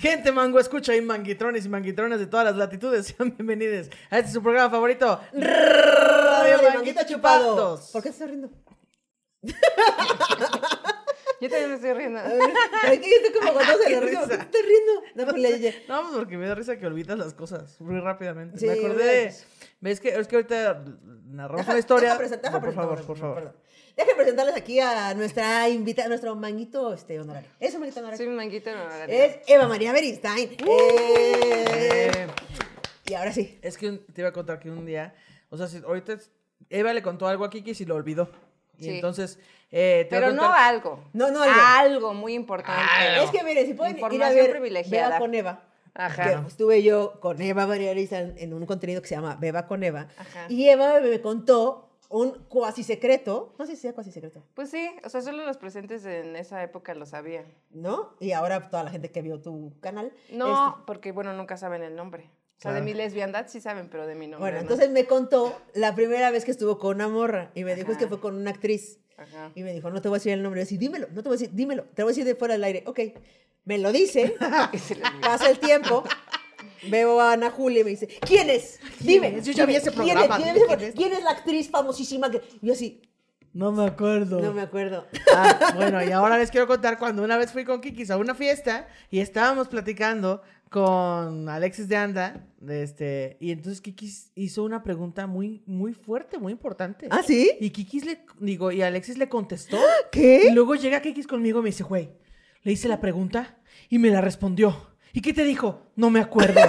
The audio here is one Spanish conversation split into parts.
Gente mango, escucha ahí manguitrones y manguitronas de todas las latitudes. Sean bienvenidos a este su programa favorito. Radio Manguito Chupados. ¿Por qué te estás riendo? Yo también me estoy riendo. A ver, aquí estoy como cuando se le ríe. ¿Por qué te estás riendo? No, porque le dije. No, pues porque me da risa que olvidas las cosas muy rápidamente. Sí, me acordé de... gracias. ¿Ves que, es que ahorita narramos Deja- una historia? deja presentar- No, por deja presentar, favor, perdón, por favor. perdón. Dejen presentarles aquí a nuestra invitada, nuestro manguito este, honorario. ¿Es un manguito Soy honorario? un manguito Uh, no, la Es Eva María Beristain. Eh, Eh, Y ahora sí. es que un- te iba a contar que un día, o sea, si ahorita es- Eva le contó algo a Kiki y lo olvidó. Y Sí. entonces, eh, te iba Pero a no contar- algo. No, no algo. muy importante. Es que miren, si pueden ir a Ah, Información ver privilegiada. Beba con Eva. Ajá. que estuve yo con Eva María Beristain en un contenido que se llama Beba con Eva. Ajá. Y Eva me contó un cuasi secreto. No sé si sea cuasi secreto. Pues sí, o sea, solo los presentes en esa época lo sabían. ¿No? Y ahora toda la gente que vio tu canal. No, este, porque bueno, nunca saben el nombre. O sea, Claro. de mi lesbiandad sí saben, pero de mi nombre. Bueno, no. entonces me contó la primera vez que estuvo con una morra y me dijo Ajá. es que fue con una actriz. Ajá. Y me dijo, no te voy a decir el nombre. Y yo así, dímelo, no te voy a decir, dímelo. Te lo voy a decir de fuera del aire. Ok, me lo dice, Y se les olvidó. pasa el tiempo. Veo a Ana Julia y me dice, ¿quién es? Dime. es? Yo ya vi dime, ese ¿quién es? programa, ¿Quién dime es? quién es". ¿Quién es la actriz famosísima? Que... Y Yo así, No me acuerdo. no me acuerdo. Ah, bueno, y ahora les quiero contar cuando una vez fui con Kikis a una fiesta y estábamos platicando con Alexis de Anda, de este, y entonces Kikis hizo una pregunta muy, muy fuerte, muy importante. ¿Ah, sí? Y Kikis le, digo, y Alexis le contestó. Y ¿Qué? luego llega Kikis conmigo y me dice, güey, le hice la pregunta y me la respondió. ¿Y qué te dijo? No me acuerdo.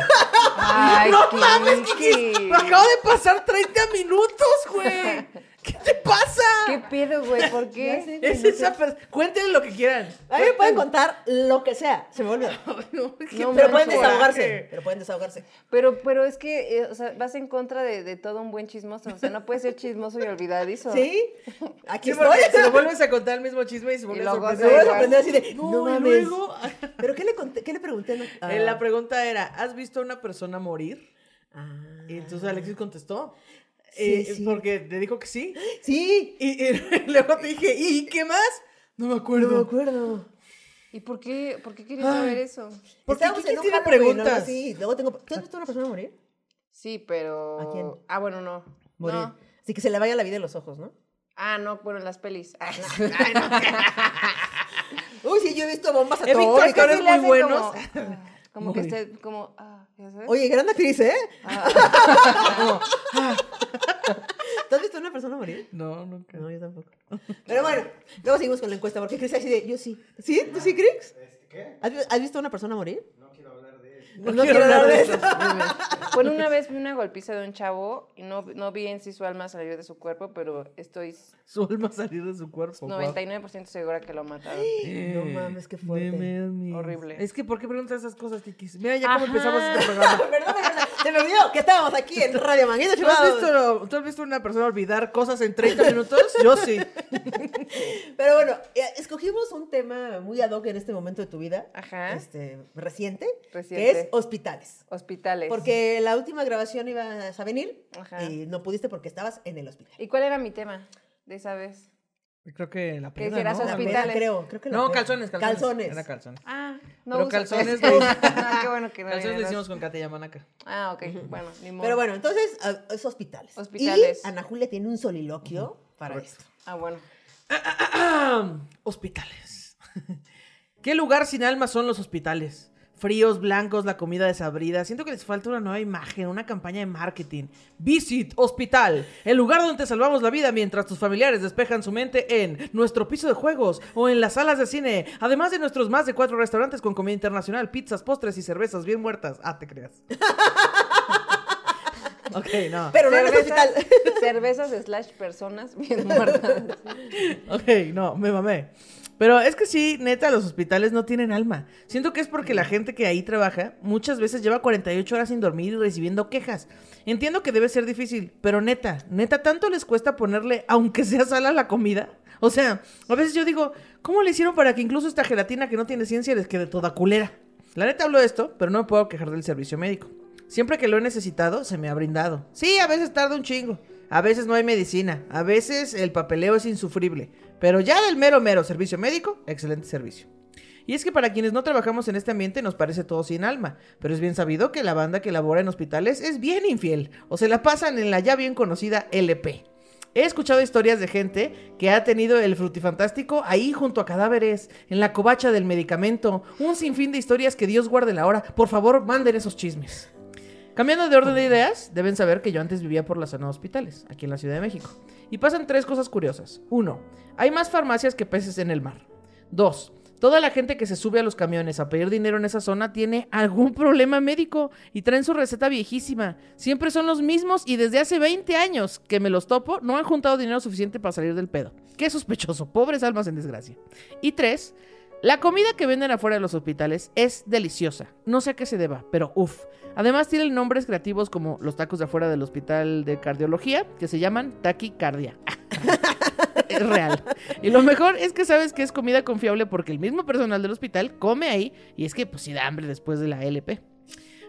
Ay, no mames, Kiki. Kikis. Me acabo de pasar 30 minutos, güey. ¿Qué te pasa? ¿Qué pedo, güey? ¿Por Ya sé. qué? Es esa pers- Cuéntenle lo que quieran. A mí me pueden contar lo que sea, se me olvidó. No, No pero manches. pueden Pues qué desahogarse, pero pueden desahogarse. Pero, pero es que, eh, o sea, vas en contra de, de todo un buen chismoso. O sea, no puedes ser chismoso y olvidadizo. ¿Sí? Aquí Sí, estoy. porque se lo vuelves a contar el mismo chisme y se vuelve Y a luego Me voy a Ah. sorprender. se- sorprender así de, No, no, y mames. luego- ¿Pero qué le, conté, qué le pregunté? no? Ah. Eh, la pregunta era, ¿has visto a una persona morir? Ah. Y entonces Alexis contestó. Sí, eh, es cierto. porque le dijo que sí. Sí, Y, y luego te dije, ¿y qué más? No me no me acuerdo. acuerdo. ¿Y por qué, por qué quieres saber eso? Porque Estábamos Kiki en un tiene Halloween, preguntas. algo así, luego tengo... ¿Tú has visto a una persona morir? Sí, pero... ¿A quién? Ah, bueno, no. Morir. No. Así que se le vaya la vida de los ojos, ¿no? Ah, no, bueno, en las pelis. Ah, Uy, sí, yo he visto bombas He visto atómicas. actores sí le hacen muy buenos. Como, ah, como que Morir. esté como... Ah, ¿ya sabes? Ah, Oye, gran actriz, ¿eh? No, ¿Tú has visto a una persona morir? no, nunca. No, yo tampoco. Pero bueno, luego seguimos con la encuesta, porque Chris así de, yo sí. ¿Sí? ¿Tú sí, Chris? ¿Qué? ¿Has, vi- has visto a una persona morir? No quiero hablar de eso. No quiero hablar de eso. Bueno, una vez vi una golpiza de un chavo y no, no vi en sí su alma salir de su cuerpo, pero estoy Su alma salir de su cuerpo. guau. Eh, 99% segura que lo mataron. No mames, qué fuerte. Deme mis- Horrible. Es que, ¿por qué preguntas esas cosas, Kikis? Mira ya cómo Ajá. empezamos este programa. Perdón, perdón, se me olvidó que estábamos aquí en Radio Manguito, ¿Tú has, chupados. visto, tú has visto una persona olvidar cosas en 30 minutos? Yo sí. Pero bueno, eh, escogimos un tema muy ad hoc en este momento de tu vida, Ajá. este, reciente, Reciente. que es hospitales. Hospitales. Porque la última grabación ibas a venir Ajá. y no pudiste porque estabas en el hospital. ¿Y cuál era mi tema de esa vez? Creo que la Que peda, hicieras ¿no? La peda, hospital. Hospitales. creo, creo que la No, peda. calzones, calzones. Calzones. Era calzones. Ah, no Pero uso- calzones de- Ah, qué bueno que no calzones le vinieras. hicimos con Katia Yamanaca. Ah, ok, bueno, ni modo. Pero bueno, entonces ah, es hospitales. Hospitales. Y Ana Julia tiene un soliloquio para esto. Ah, bueno. hospitales. ¿Qué lugar sin alma son los hospitales? Fríos, blancos, la comida desabrida. Siento que les falta una nueva imagen, una campaña de marketing. Visit Hospital, el lugar donde te salvamos la vida mientras tus familiares despejan su mente en nuestro piso de juegos o en las salas de cine. Además de nuestros más de cuatro restaurantes con comida internacional, pizzas, postres y cervezas bien muertas. Ah, te creas. ok, no. Pero no en el cervezas, hospital. cervezas slash personas bien muertas. Ok, no, me mamé. Pero es que sí, neta, los hospitales no tienen alma. Siento que es porque la gente que ahí trabaja muchas veces lleva 48 horas sin dormir y recibiendo quejas. Entiendo que debe ser difícil, pero neta, neta, ¿tanto les cuesta ponerle, aunque sea sal a la comida? O sea, a veces yo digo, ¿cómo le hicieron para que incluso esta gelatina que no tiene ciencia les quede toda culera? La neta hablo de esto, pero no me puedo quejar del servicio médico. Siempre que lo he necesitado, se me ha brindado. Sí, a veces tarda un chingo. A veces no hay medicina. A veces el papeleo es insufrible. Pero ya del mero mero servicio médico, excelente servicio. Y es que para quienes no trabajamos en este ambiente nos parece todo sin alma, pero es bien sabido que la banda que labora en hospitales es bien infiel, o se la pasan en la ya bien conocida LP. He escuchado historias de gente que ha tenido el frutifantástico ahí junto a cadáveres, en la covacha del medicamento, un sinfín de historias que Dios guarde la hora. Por favor, manden esos chismes. Cambiando de orden de ideas, deben saber que yo antes vivía por la zona de hospitales, aquí en la Ciudad de México. Y pasan tres cosas curiosas. Uno, hay más farmacias que peces en el mar. Dos, toda la gente que se sube a los camiones a pedir dinero en esa zona tiene algún problema médico y traen su receta viejísima. Siempre son los mismos y desde hace 20 años que me los topo no han juntado dinero suficiente para salir del pedo. Qué sospechoso, pobres almas en desgracia. Y tres, la comida que venden afuera de los hospitales es deliciosa. No sé a qué se deba, pero uff. Además tienen nombres creativos como los tacos de afuera del hospital de cardiología, que se llaman taquicardia. es real. Y lo mejor es que sabes que es comida confiable porque el mismo personal del hospital come ahí y es que pues sí da hambre después de la LP.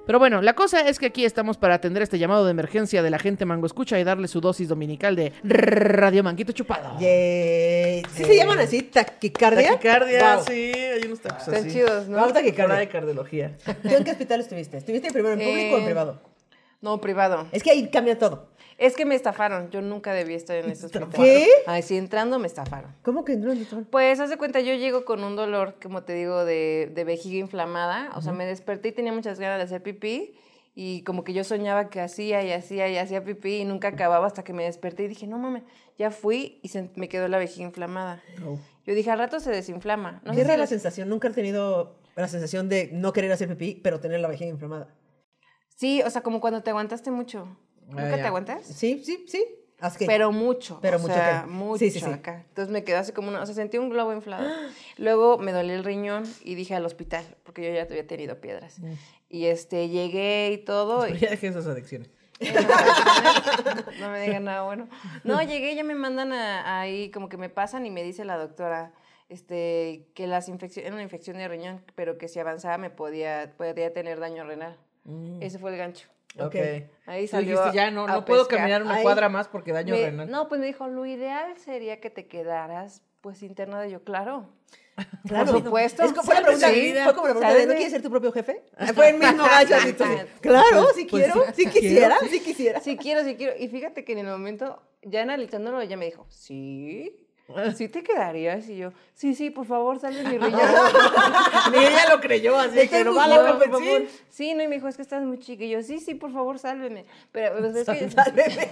Pero bueno, la cosa es que aquí estamos para atender este llamado de emergencia de la gente Mango Escucha y darle su dosis dominical de Radio Manguito Chupado. Yay. ¿Sí se llaman así? ¿Taquicardia? Taquicardia, Wow. sí, hay unos tacos Están así. chidos, ¿no? Vamos a taquicardia de cardiología. ¿Tú en qué hospital estuviste? ¿Estuviste primero en público o en Eh, privado? No, privado. Es que ahí cambia todo. Es que me estafaron. Yo nunca debí estar en ese hospital. ¿Qué? Ay, sí, entrando me estafaron. ¿Cómo que entró en el Pues, haz de cuenta, yo llego con un dolor, como te digo, de, de vejiga inflamada. O sea, me desperté y tenía muchas ganas de hacer pipí. Y como que yo soñaba que hacía y hacía y hacía pipí y nunca acababa hasta que me desperté y dije, no mames, ya fui y se- me quedó la vejiga inflamada. Yo dije, al rato se desinflama. No sé Qué si rara la los- sensación. Nunca he tenido la sensación de no querer hacer pipí, pero tener la vejiga inflamada. Sí, o sea, como cuando te aguantaste mucho. Ah, ¿Nunca ya. te aguantas? Sí, sí, sí. Haz que- Pero mucho. Pero o mucho, sea, ¿qué? mucho Sí, sí, sí. acá. Entonces me quedó así como una. O sea, sentí un globo inflado. Luego me dolía el riñón y dije al hospital, porque yo ya había tenido piedras. Y este, llegué y todo. y- Mm. Ya dejé esas adicciones. no me digan nada bueno. No, llegué, ya me mandan a- ahí, como que me pasan y me dice la doctora este, que las infecciones, era una infección de riñón, pero que si avanzaba me podía, podía tener daño renal. Ese fue el gancho. Ok. Ok. Ahí Mm. Tú salió dijiste, ya a- no, a no puedo pescar". caminar una Ay. cuadra más porque daño Me- renal. No, pues me dijo, lo ideal sería que te quedaras pues internada. Yo, claro. Claro. Por supuesto. Es como, fue, la pregunta, Sí. fue como la pregunta de, ¿Sabes? ¿no quieres ser tu propio jefe? Fue el mismo gallo. así, tú, claro, si Pues, quiero, pues, si sí. quisiera, si quisiera. Si quiero, si quiero. Y fíjate que en el momento, ya analizándolo, ella me dijo, sí, sí te quedarías. Y yo, sí, sí, por favor, sal de mi riñón. Ni ella lo creyó, así Estoy que no muy vale, loca, por por favor. favor. Sí, no, y me dijo, es que estás muy chica. Y yo, sí, sí, por favor, sálveme. Pero pues, es que, Sálveme.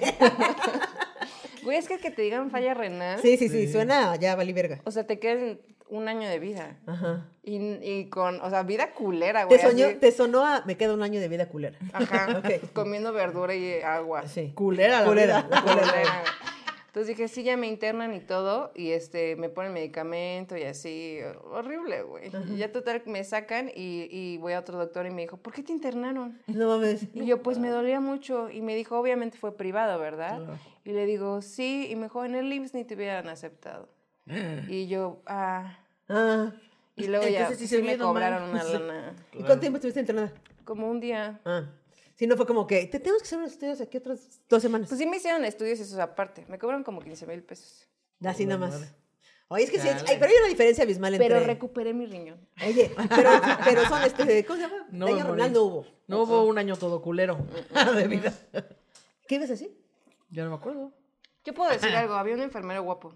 güey, es que que te digan falla renal, Sí, sí, sí, suena ya valí verga. o sea, te quedan un año de vida. Ajá. Y, y con, o sea, vida culera, güey. Te, soñó- así. te sonó a me queda un año de vida culera. Ajá, Ok. comiendo verdura y agua. Sí. Culera, la Culera. vida. Culera. Entonces dije, sí, ya me internan y todo, y este, me ponen medicamento y así, horrible, güey. Y Ya total, me sacan y, y voy a otro doctor y me dijo, ¿por qué te internaron? No mames. Y yo, pues me dolía mucho. Y me dijo, obviamente fue privado, ¿verdad? Y le digo, sí. Y me dijo, en el IMSS ni te hubieran aceptado. Y yo, ah. Ah. Y luego ya Entonces sí sí, se vio me nomás. cobraron una lana. ¿Y cuánto tiempo estuviste entrenada? Como un día. Ah. Si no fue como que te tenemos que hacer unos estudios aquí otras dos semanas. Pues sí me hicieron estudios y eso aparte. Me cobraron como 15 mil pesos. Así nada más. madre. Oye, es que sí, es- ay, pero hay una diferencia abismal entre. Pero recuperé mi riñón. Oye, pero, pero son este, ¿cómo se llama? No Daño me morí. renal no hubo. No hubo un año todo culero Mm, de vida. ¿Qué ibas así? Yo no me acuerdo. Yo puedo decir algo, había un enfermero guapo.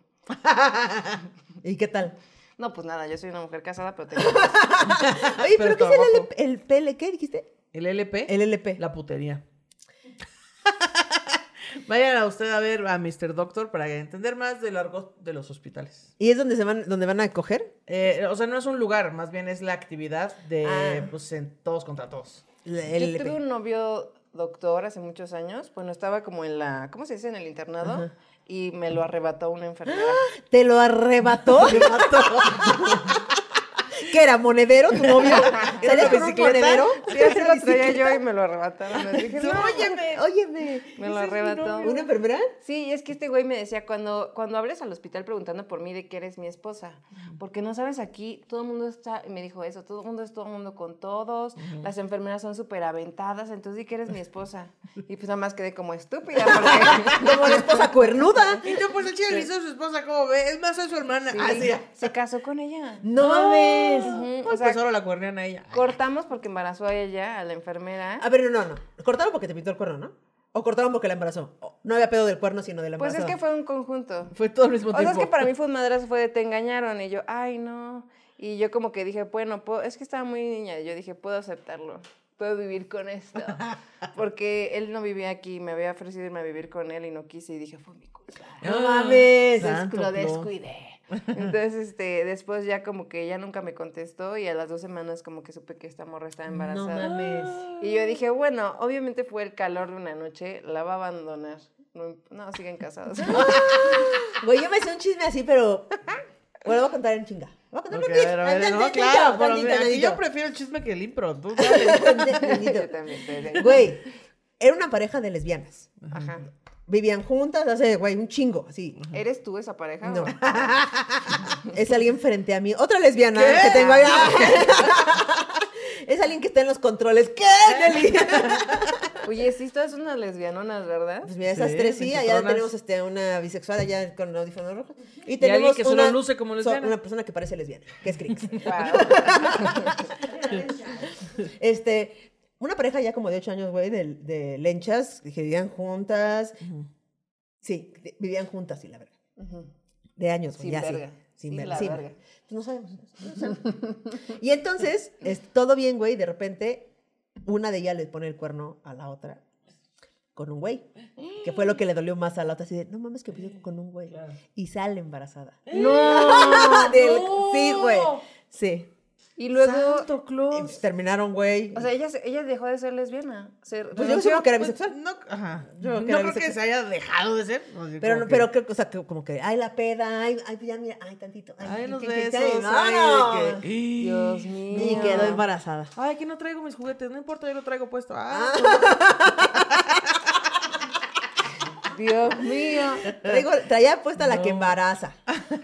¿Y qué tal? No, pues nada, yo soy una mujer casada, pero tengo... Oye, Pero pero, ¿qué es el, trabajo. LP, el PL? ¿Qué dijiste? El LP, El LP. la putería. Vayan a usted a ver a Mr. Doctor para entender más del argot de los hospitales. ¿Y es donde se van, donde van a coger? Eh, o sea, no es un lugar, más bien es la actividad de Ah. pues, en todos contra todos. El Yo tuve LP. un novio doctor hace muchos años, bueno, estaba como en la, ¿cómo se dice? En el internado. Y me lo arrebató una enfermera. ¿Te lo arrebató? ¿Qué era? ¿Monedero tu novio? ¿Salías con un monedero? Sí, así lo traía yo y me lo arrebataron. Les dije, "No". Óyeme, óyeme. Me lo arrebató. ¿Una enfermera? Sí, es que este güey me decía, cuando, cuando hables al hospital preguntando por mí de que eres mi esposa, porque no sabes aquí, todo el mundo está, y me dijo eso, todo el mundo es todo el mundo con todos, las enfermeras son súper aventadas, entonces di que eres mi esposa. Y pues nada más quedé como estúpida, porque Como la esposa cuernuda. Y yo, pues el chile le hizo a su esposa, como ve? Es más, soy su hermana. sí, Así. se casó con ella. No mames. Ujú, Pues, o sea, pues, ahora la cuernean a ella. cortamos porque embarazó a ella, a la enfermera. A ver, no, no. Cortaron porque te pintó el cuerno, ¿no? O cortaron porque la embarazó. O- No había pedo del cuerno, sino del Pues embarazo. es que fue un conjunto. Fue todo al mismo Pues, O sea, tiempo. es que para mí fue un madrazo, fue de te engañaron. Y yo, ay, no. Y yo como que dije, bueno, puedo- es que estaba muy niña. Yo dije, puedo aceptarlo. Puedo vivir con esto. Porque él no vivía aquí. Me había ofrecido irme a vivir con él y no quise. Y dije, fue mi culpa. No mames. Ah, Des- santo lo Dios. descuidé. Entonces, este, después ya como que ella nunca me contestó. Y a las dos semanas como que supe que esta morra estaba No embarazada. mames. Y yo dije, bueno, obviamente fue el calor de una noche, la va a abandonar. No, no, siguen casados. Güey, yo me sé un chisme así, pero. Bueno, voy a contar en chinga. Voy a contar Ok, en a chinga. ver, a ver, Tantito, no, claro, pero tantito, mira, aquí tantito. yo prefiero el chisme que el impro. Tú dale. Yo Tantito. también, te- te- Güey, era una pareja de lesbianas. Ajá. Vivían juntas hace, güey, un chingo, así. ¿Eres tú esa pareja? No. o- Es alguien frente a mí. Otra lesbiana ¿Qué? que tengo ahí. Es alguien que está en los controles. ¿Qué, Nelly? Oye, sí, todas son unas lesbianonas, ¿verdad? Pues mira, Sí, esas tres sí, allá pinchotonas. tenemos este, una bisexual allá con audífonos rojos. Y Y alguien tenemos que una, solo luce como so- lesbiana. una persona que parece lesbiana, que es Crix. Wow. este, una pareja ya como de ocho años, güey, de, de lenchas, que vivían juntas. Sí, de- vivían juntas, sí, la verga. De años, güey, Sin ya sí. verga. Sin Sin verga. la sin verga. verga. No sabemos. no sabemos. y entonces, es todo bien, güey, de repente una de ellas le pone el cuerno a la otra con un güey, que fue lo que le dolió más a la otra, así de, no mames que pidió con un güey, y sale embarazada. Ah, Ah, ¡No! Del- Sí, güey, sí. Y luego... Santo Y, Claus. pues, terminaron, güey. O sea, ella, se- ella dejó de ser lesbiana. Se Pues yo renunció. supongo que era Pues, bisexual. No, ajá. Yo creo no que era creo que bisexual. se haya dejado de ser. o sea, Pero, como no, que- pero creo que, o sea, que como que, ay, la peda, ay, ay, pues ya mira, ay, tantito. Ay, los que- que- que- besos. ay, ay, no. de que- Dios mío. Y quedó embarazada. Ay, que no traigo mis juguetes. No importa, yo lo traigo puesto. Ah, Dios mío. Traigo- traía puesta la que embaraza.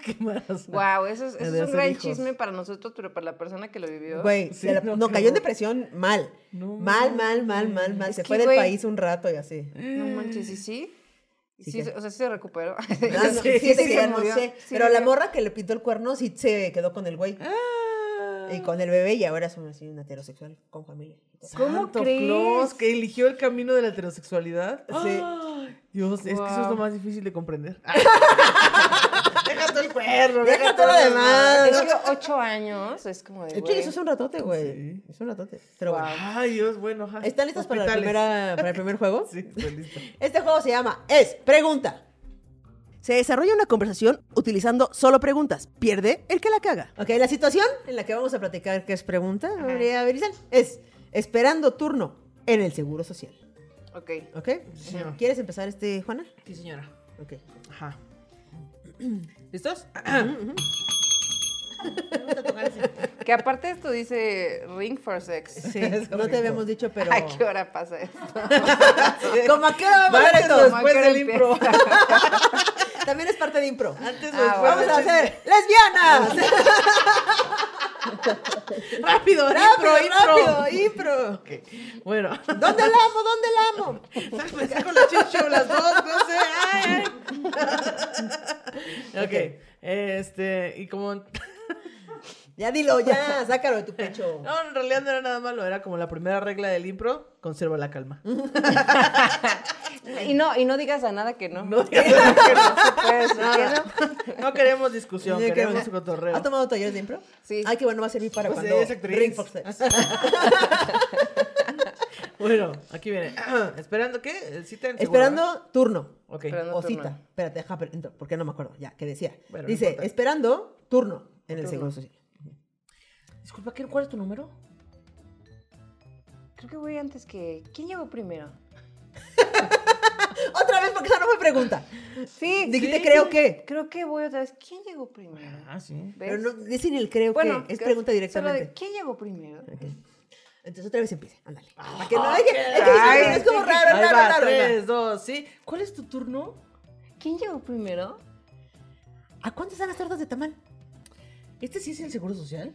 qué maravilla. Wow, eso es, De eso es un hacer gran hijos. chisme para nosotros, pero para la persona que lo vivió. Güey, Sí, se la- no, no, qué cayó en horror. depresión mal. No mal, mal, mal, mal, mal. Se que, fue del güey, país un rato y así. No manches, ¿y sí? ¿Y Sí, sí, ¿qué? o sea, sí se recuperó. Ah, no, sí, sí sí, se ya no murió, sé. sí Pero la murió. morra que le pintó el cuerno sí se quedó con el güey. Ah. Y con el bebé y ahora es una, así, una heterosexual con familia. ¿Cómo Santo crees? Claus, que eligió el camino de la heterosexualidad. Sí. Ay, Dios, es que eso es Guau. lo más difícil de comprender. deja todo el perro, Deja todo lo demás. De hecho, ocho años es como de. De hecho, güey. eso es un ratote, güey. Sí. Es un ratote. Pero Wow. bueno. Ay, Dios, bueno. ajá. ¿Están listos para, la Hospitales. primera, para el primer juego? Sí, estoy listo. Este juego se llama Es Pregunta. Se desarrolla una conversación utilizando solo preguntas. Pierde el que la caga. Ok, la situación en la que vamos a platicar que es pregunta, María Berizal, es esperando turno en el Seguro Social. Ok. ¿Ok? Sí. ¿Quieres empezar este, Juana? Sí, señora. Ok. Ajá. ¿Listos? Me gusta tocar así. Que aparte esto dice Ring for Sex. Sí, no te habíamos dicho, pero... ¿A qué hora pasa esto? ¿Cómo a qué hora vamos a hacer Martes esto? o ¿Cómo a después qué hora del impro. empieza? También es parte de impro. Antes o Ah, después. Vamos del a chisme. hacer lesbianas. Rápido, rápido, impro, impro. rápido, impro. Ok, Bueno. ¿Dónde la amo? ¿Dónde la amo? Empecé con la chicho, las dos, no sé. Ay, ay. Ok. Este, y como. No, Ya dilo, ya, sácalo de tu pecho. en realidad no era nada malo, era como la primera regla del impro: conserva la calma. Y no, y no digas a nada que no. No, Pues, nada. no queremos discusión, Sí, queremos que- cotorreo. ¿Ha tomado talleres de impro? Sí. Ay, qué bueno, va a servir para Pues cuando... ella es actriz. Ring for Sex. Bueno, aquí viene. ¿Esperando qué? ¿Cita en seguro, ¿verdad? Esperando turno. Ok. Esperando o turno. cita. Espérate, deja, pero entro, porque no me acuerdo ya, que decía. Bueno, no Dice, importa. esperando turno en el Turno. Seguro Social. Disculpa, ¿qué- ¿cuál es tu número? Creo que voy antes que. ¿Quién llegó primero? Otra vez, porque esa no fue pregunta. Sí. Dijiste creo que. Creo que voy otra vez. ¿Quién llegó primero? Ah, sí. ¿Ves? Pero no, dicen el creo Bueno, que. Es que- pregunta solo de, directamente. ¿Quién llegó primero? Entonces otra vez empieza, ándale. Para que Ah, no, es, que, es, que Ay, es como raro, Ahí raro, va, raro. ahí va. tres, dos, sí. ¿Cuál es tu turno? ¿Quién llegó primero? ¿A cuánto están las tortas de tamal? ¿Este sí es el Seguro Social?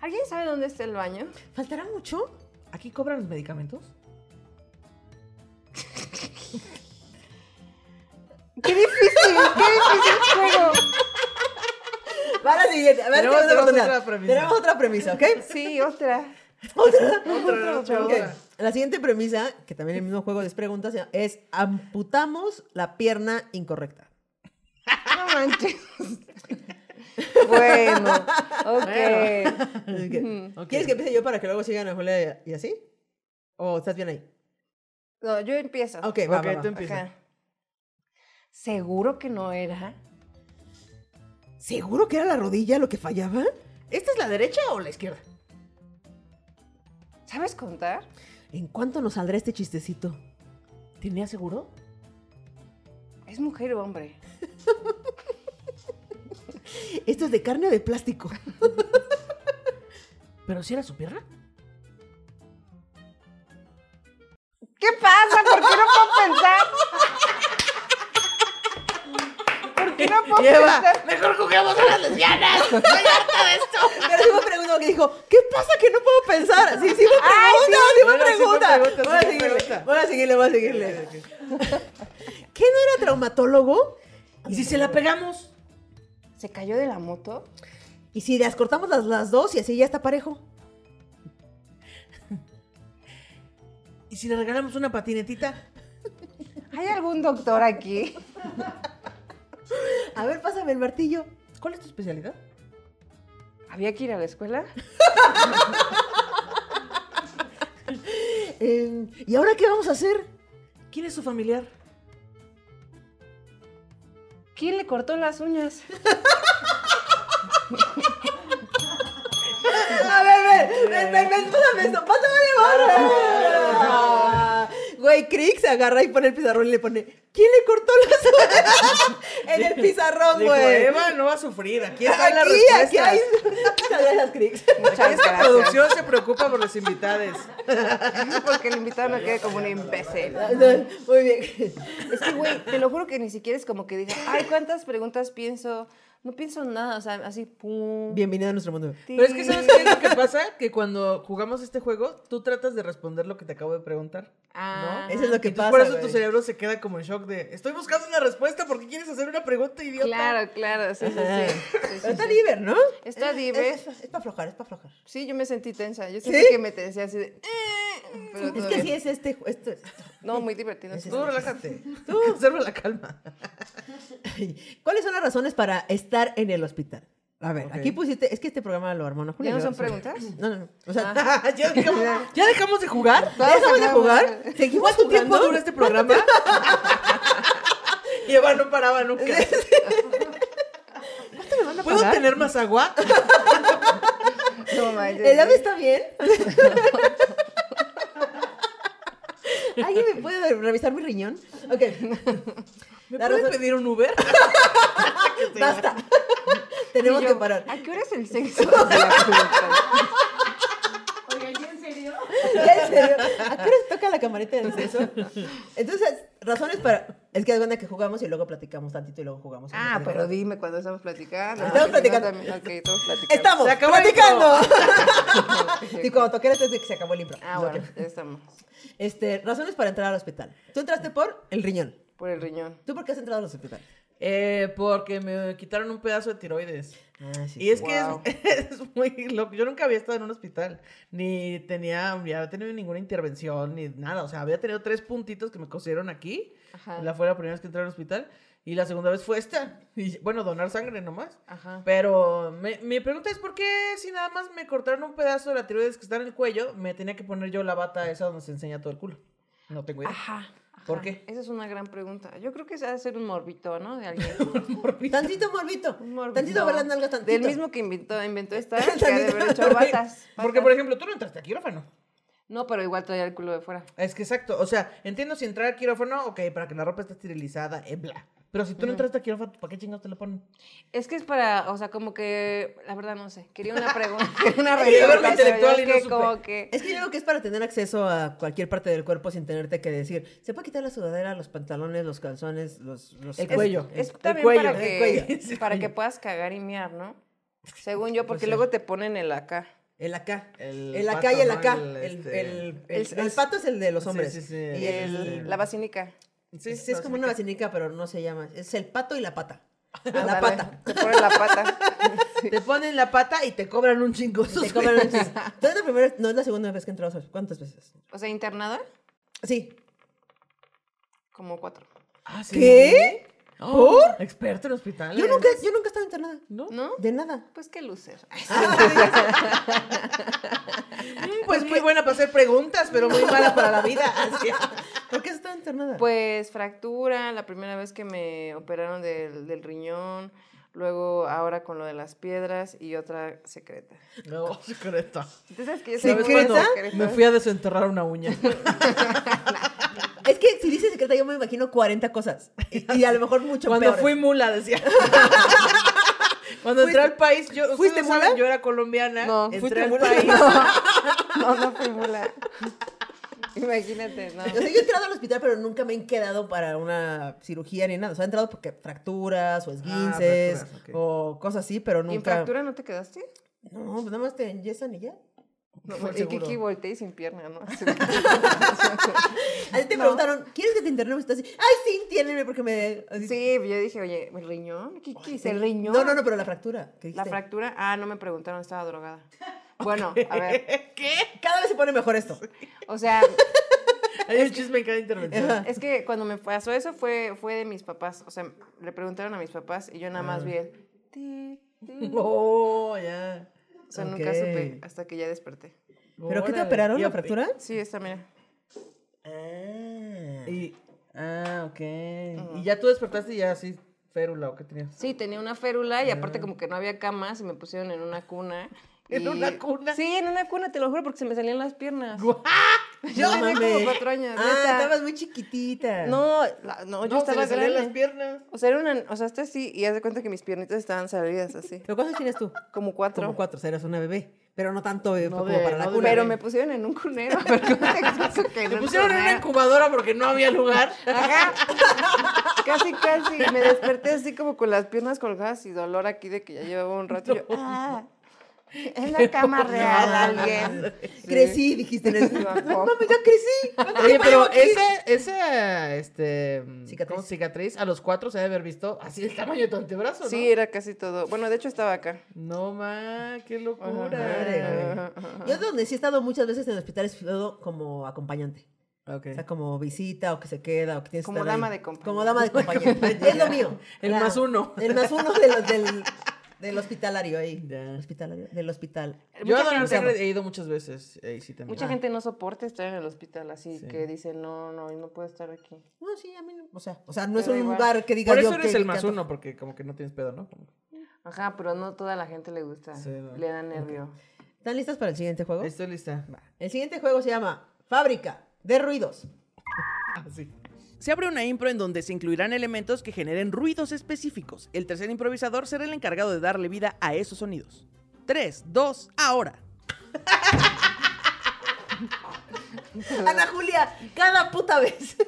¿Alguien sabe dónde está el baño? ¿Faltará mucho? ¿Aquí cobran los medicamentos? ¡Qué difícil! ¡Qué difícil juego! Va la siguiente. A ver, Tenemos- tenemos, tenemos oportunidad. otra premisa. Tenemos otra premisa, ¿ok? Sí, otra. Otra. Otra, otra, Ok. otra. La siguiente premisa, que también el mismo juego les preguntas, es amputamos la pierna incorrecta. No manches. bueno, ok. Mm. Ok. ¿Quieres que empiece yo para que luego sigan a Julia y y así? ¿O estás bien ahí? No, yo empiezo. Ok, va, Ok, em- va, va. tú empieza. Ajá. ¿Seguro que no era? ¿Seguro que era la rodilla lo que fallaba? ¿Esta es la derecha o la izquierda? ¿Sabes contar? ¿En cuánto nos saldrá este chistecito? ¿Tenía seguro? ¿Es mujer o hombre? ¿Esto es de carne o de plástico? ¿Pero si era su pierna? ¿Qué pasa? ¿Por qué no puedo pensar? ¿Por qué no puedo Lleva. pensar? Mejor juguemos a las lesbianas. Estoy harta de esto. Pero sí me preguntó que dijo, ¿qué pasa que no puedo pensar? Sí, sí me pregunta, Ay, sí. sí, me Ahora sí fue pregunta. pregunta, sí voy, a fue seguirle, pregunta. voy a seguirle, voy a seguirle. ¿Qué no era traumatólogo? ¿Y si se la pegamos? ¿Se cayó de la moto? Y si las cortamos las, las dos y así ya está parejo. ¿Y si le regalamos una patinetita? ¿Hay algún doctor aquí? A ver, pásame el martillo. ¿Cuál es tu especialidad? ¿Había que ir a la escuela? Eh, ¿Y ahora qué vamos a hacer? ¿Quién es su familiar? ¿Quién le cortó las uñas? A ver, ven, ven, ven, ven, pásame esto, pásame la barra. Ah, Güey, Crix agarra y pone el pizarrón y le pone, ¿quién le cortó las uñas? en el pizarrón, Dijo, Pues, güey. Eva no va a sufrir. Aquí está la Aquí, respuesta. aquí hay. Muchas gracias, Crix. Muchas Esta gracias. producción se preocupa por los invitados. Porque el invitado no quede como un imbécil. Muy bien. Es que, güey, te lo juro que ni siquiera es como que diga, ay, ¿cuántas preguntas pienso? No pienso nada, o sea, así, pum. Bienvenido a nuestro mundo. Pero es que ¿sabes qué es lo que pasa? Que cuando jugamos este juego, tú tratas de responder lo que te acabo de preguntar. Ah, Eso es lo que Entonces, pasa. por eso tu güey. cerebro se queda como en shock de estoy buscando una respuesta porque quieres hacer una pregunta idiota. claro, claro, sí, sí, Ajá. sí. Sí, sí, Pero Está sí. liber, ¿no? Está Es- liber. Es, para aflojar, es para aflojar. Sí, yo me sentí tensa. Yo sentí ¿Sí? que me tensé así de. "Eh", pero Es todo que bien. sí es este. ju- Esto, esto. No, muy divertido. Ese Tú relájate. Tú conserva la calma. ¿Cuáles son las razones para estar en el hospital? A ver, Ok. aquí pusiste. Es que este programa lo armó, ¿no? Julia? ¿Ya no son Yo- preguntas? Ah. No, no, no. O sea, ¿Ya, dejamos, ya dejamos de jugar. ¿ya dejamos de jugar? ¿Seguimos ¿Cuánto tiempo jugando? dura este programa? y Eva no paraba nunca. ¿Cuánto me van a ¿Puedo pagar? tener más agua? No, manches. ¿El ave está bien? ¿Alguien me puede revisar mi riñón? Ok. ¿Me La puedes razón- pedir un Uber? Basta. Y yo, Tenemos que parar. ¿A qué hora es el sexo? de la pregunta? Ya, en serio. ¿A qué hora se toca la camarita del sexo? Entonces, razones para. Es que es buena que jugamos y luego platicamos tantito y luego jugamos. ah, pero dime cuando estamos platicando. Estamos porque si no platicando. también- Ok, estamos platicando. ¡Estamos Se acabó el Ah, platicando! intro. y cuando toqué la tecla, que se acabó el libro. Ah, bueno, ya estamos. Este, razones para entrar al hospital. Tú entraste por el riñón. Por el riñón. ¿Tú por qué has entrado al hospital? Eh, porque me quitaron un pedazo de tiroides. Ah, sí. Y es Wow. que es, es muy loco. Yo nunca había estado en un hospital, ni tenía, ni había tenido ninguna intervención, ni nada. O sea, había tenido tres puntitos que me cosieron aquí. Ajá. La fue la primera vez que entré al hospital. Y la segunda vez fue esta. Y, bueno, donar sangre nomás. Ajá. Pero me- mi pregunta es: ¿por qué si nada más me cortaron un pedazo de la tiroides que está en el cuello, me tenía que poner yo la bata esa donde se enseña todo el culo? No tengo idea. Ajá. ajá. ¿Por qué? Esa es una gran pregunta. Yo creo que se ha de ser un morbito, ¿no? De alguien. Tantito morbito. Un morbito. Tantito ver las nalgas tantito. Del mismo que inventó, inventó esta, que ha de haber hecho Porque- batas. Porque, batas. por ejemplo, tú no entraste a quirófano. No, pero igual traía el culo de fuera. Es que exacto, o sea, entiendo si entrar al quirófano, ok, para que la ropa esté esterilizada, eh, bla. Pero si tú no entraste al quirófano, ¿para qué chingados te la ponen? Es que es para, o sea, como que, la verdad no sé, quería una pregunta, una Quería verlo pregunta, intelectual pero y no que supe. como que, Es que yo creo que es para tener acceso a cualquier parte del cuerpo sin tenerte que decir, se puede quitar la sudadera, los pantalones, los calzones, los... los- El cuello. es el también cuello, para el que, cuello. Pues para que puedas cagar y miar, ¿no? Según yo, porque sí. luego te ponen el acá. El acá. El El, acá pato, y el ¿no? acá. El, El, este- el- El- el- el pato es el de los Sí, hombres. sí, sí. Y Y el- Sí. el, la vacinica. sí, sí, es como una vacinica, pero no se llama. Es el pato y la pata. La Ándale, pata. Te ponen la pata. Te ponen la pata y te cobran un chingo. Te cobran un chis- No es la primera, no es la segunda vez que entró. ¿Cuántas veces? O sea, internada, Sí. como cuatro. Ah, ¿Qué? ¿Por? Oh, Experto en hospitales. Yo nunca, yo nunca he estado internada. ¿No? ¿No? De nada. Pues qué luces. Mm, Pues muy buena para hacer preguntas, pero muy mala para la vida. Así es. ¿Por qué has estado internada? Pues fractura, la primera vez que me operaron del, del riñón, luego ahora con lo de las piedras y otra secreta. No, secreta. ¿Tú sabes que yo soy ¿Sabes muy cuándo? ¿Secreta? secreta? Me fui a desenterrar una uña. Es que si dices secreta, yo me imagino 40 cosas. Y, y a lo mejor mucho Cuando peores. fui mula, decía. Cuando entré ¿Fuiste- al país, yo, fuiste ¿ustedes saben? mula? Yo era colombiana. No. entré ¿Fuiste al mula? país. No, no fui mula. Imagínate, no. O sea, yo he entrado al hospital, pero nunca me he quedado para una cirugía ni nada. O sea, he entrado porque fracturas o esguinces Ah, fracturas, ok. o cosas así, pero ¿Y en nunca. fractura no te quedaste? No, pues nada más te enyesan y ya. No, Fue y seguro. Kiki volteé y sin pierna, ¿no? Así. A ti te preguntaron, ¿quieres que te internemos? Y tú así, ay, sí, entiénme porque me. así- Sí, yo dije, oye, ¿el riñón? Kiki, ¿es el riñón? No, no, no, pero la fractura. ¿qué La dijiste? fractura, ah, no me preguntaron, estaba drogada. Bueno, a ver, ¿Qué? Cada vez se pone mejor esto. o sea, Hay un chisme en cada intervención. es que cuando me pasó eso fue, fue de mis papás, o sea, le preguntaron a mis papás y yo nada Ah, más vi el... ti, ti. Oh, ya. O sea, Ok. nunca supe hasta que ya desperté. ¿Pero qué te Órale. operaron? Y ¿La op- fractura? Sí, esta, mira. Ah. Y, ah, ok. Y ya tú despertaste y ya así, férula o qué tenías. Sí, tenía una férula y aparte como que no había camas y me pusieron en una cuna. Ah. ¿En y- una cuna? Sí, en una cuna, te lo juro, porque se me salían las piernas. Guau. Yo No tenía mames. como cuatro años. Ah, neta. estabas muy chiquitita. No, la- no, No, yo se estaba le salían las grande. piernas. O sea, era una, o sea, este sí, y haz de cuenta que mis piernitas estaban salidas así, ¿Pero cuántos tienes tú? como cuatro. Como cuatro, o sea, eras una bebé. Pero no tanto eh, No como de- para la no de cuna. Pero bebé. me pusieron en un cunero. pero ¿cómo te explico que en Te un pusieron en una cunero? incubadora porque no había lugar. Ajá. Casi, casi. Me desperté así como con las piernas colgadas y dolor aquí de que ya llevaba un rato. y yo, ah, es la cama real alguien. Crecí, dijiste. En el... Sí, No va, va. mames, ya crecí. Oye, pero ¿Qué? esa, esa este, Cicatriz. ¿cómo? cicatriz a los cuatro se debe haber visto así el tamaño de tu antebrazo, ¿no? Sí, era casi todo. Bueno, de hecho estaba acá. No, ma, qué Ajá, locura. Madre, ajá, ajá. Yo donde sí he estado muchas veces en el hospital es todo como acompañante. Ok. O sea, como visita o que se queda o que tienes que Como estar ahí. dama de compañía. Como dama de compañía. es lo mío. El Claro. más uno. El más uno de los- del, del hospitalario ahí. Ya. Hospitalario, del hospital. Yo a Mucha Don gente- Alcegre he ido muchas veces. eh, sí, también. Mucha gente no soporta estar en el hospital, así Sí. que dice, no, no, no puedo estar aquí. No, sí, a mí no. O sea, o sea no es Pero un igual. lugar que diga Por yo eso eres que- el más que- uno, porque como que no tienes pedo, ¿no? Como- Ajá, pero no toda la gente le gusta. Sí, no. Le da nervio. ¿Están listas para el siguiente juego? Estoy lista. El siguiente juego se llama Fábrica de Ruidos. Así. Se abre una impro en donde se incluirán elementos que generen ruidos específicos. El tercer improvisador será el encargado de darle vida a esos sonidos. 3, 2, ahora. Ana Julia, cada puta vez.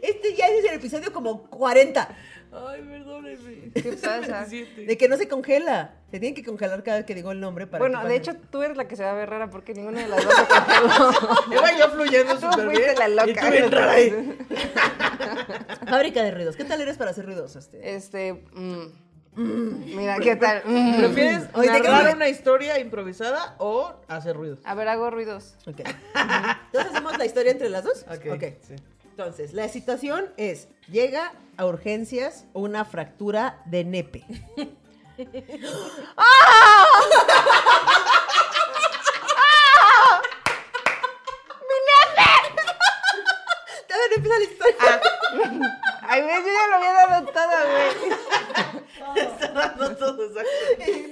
Este ya es el episodio como 40, Ay, perdóneme. ¿Qué pasa? de que no se congela. Se tienen que congelar cada vez que digo el nombre para Bueno, que de cuando- hecho tú eres la que se va a ver rara porque ninguna de las dos se congeló. Iba yo fluyendo Tú súper bien. fuiste la loca. Y tú bien rara ahí. Fábrica de Ruidos. ¿Qué tal eres para hacer ruidos? Este? Este, mm, mira, ¿qué tal? Mm. ¿Prefieres Oye, ¿de qué narrar hablas? una historia improvisada o hacer ruidos? A ver, hago ruidos. Ok. Entonces hacemos la historia entre las dos. Ok, sí. Entonces, la situación es, llega a urgencias una fractura de nepe. ¡Ah! ¡Ah! Todavía no empieza la historia. Ay, güey, yo ya lo había dado todo, güey. Está dando todo exacto.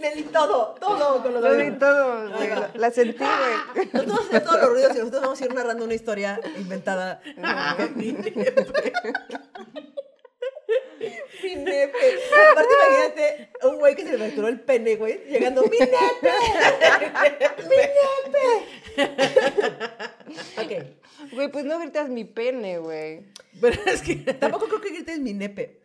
Me di todo, todo con los Lo di dedos. todo, güey. La, la sentí, güey. Nosotros vamos a hacer todos los ruidos y nosotros vamos a ir narrando una historia inventada. Ah. Mi nepe. Aparte, imagínate un güey que se le fracturó el pene, güey, llegando, ¡mi nepe! ¡Mi nepe! ok. Güey, pues no gritas mi pene, güey. Pero es que. Tampoco creo que grites mi nepe.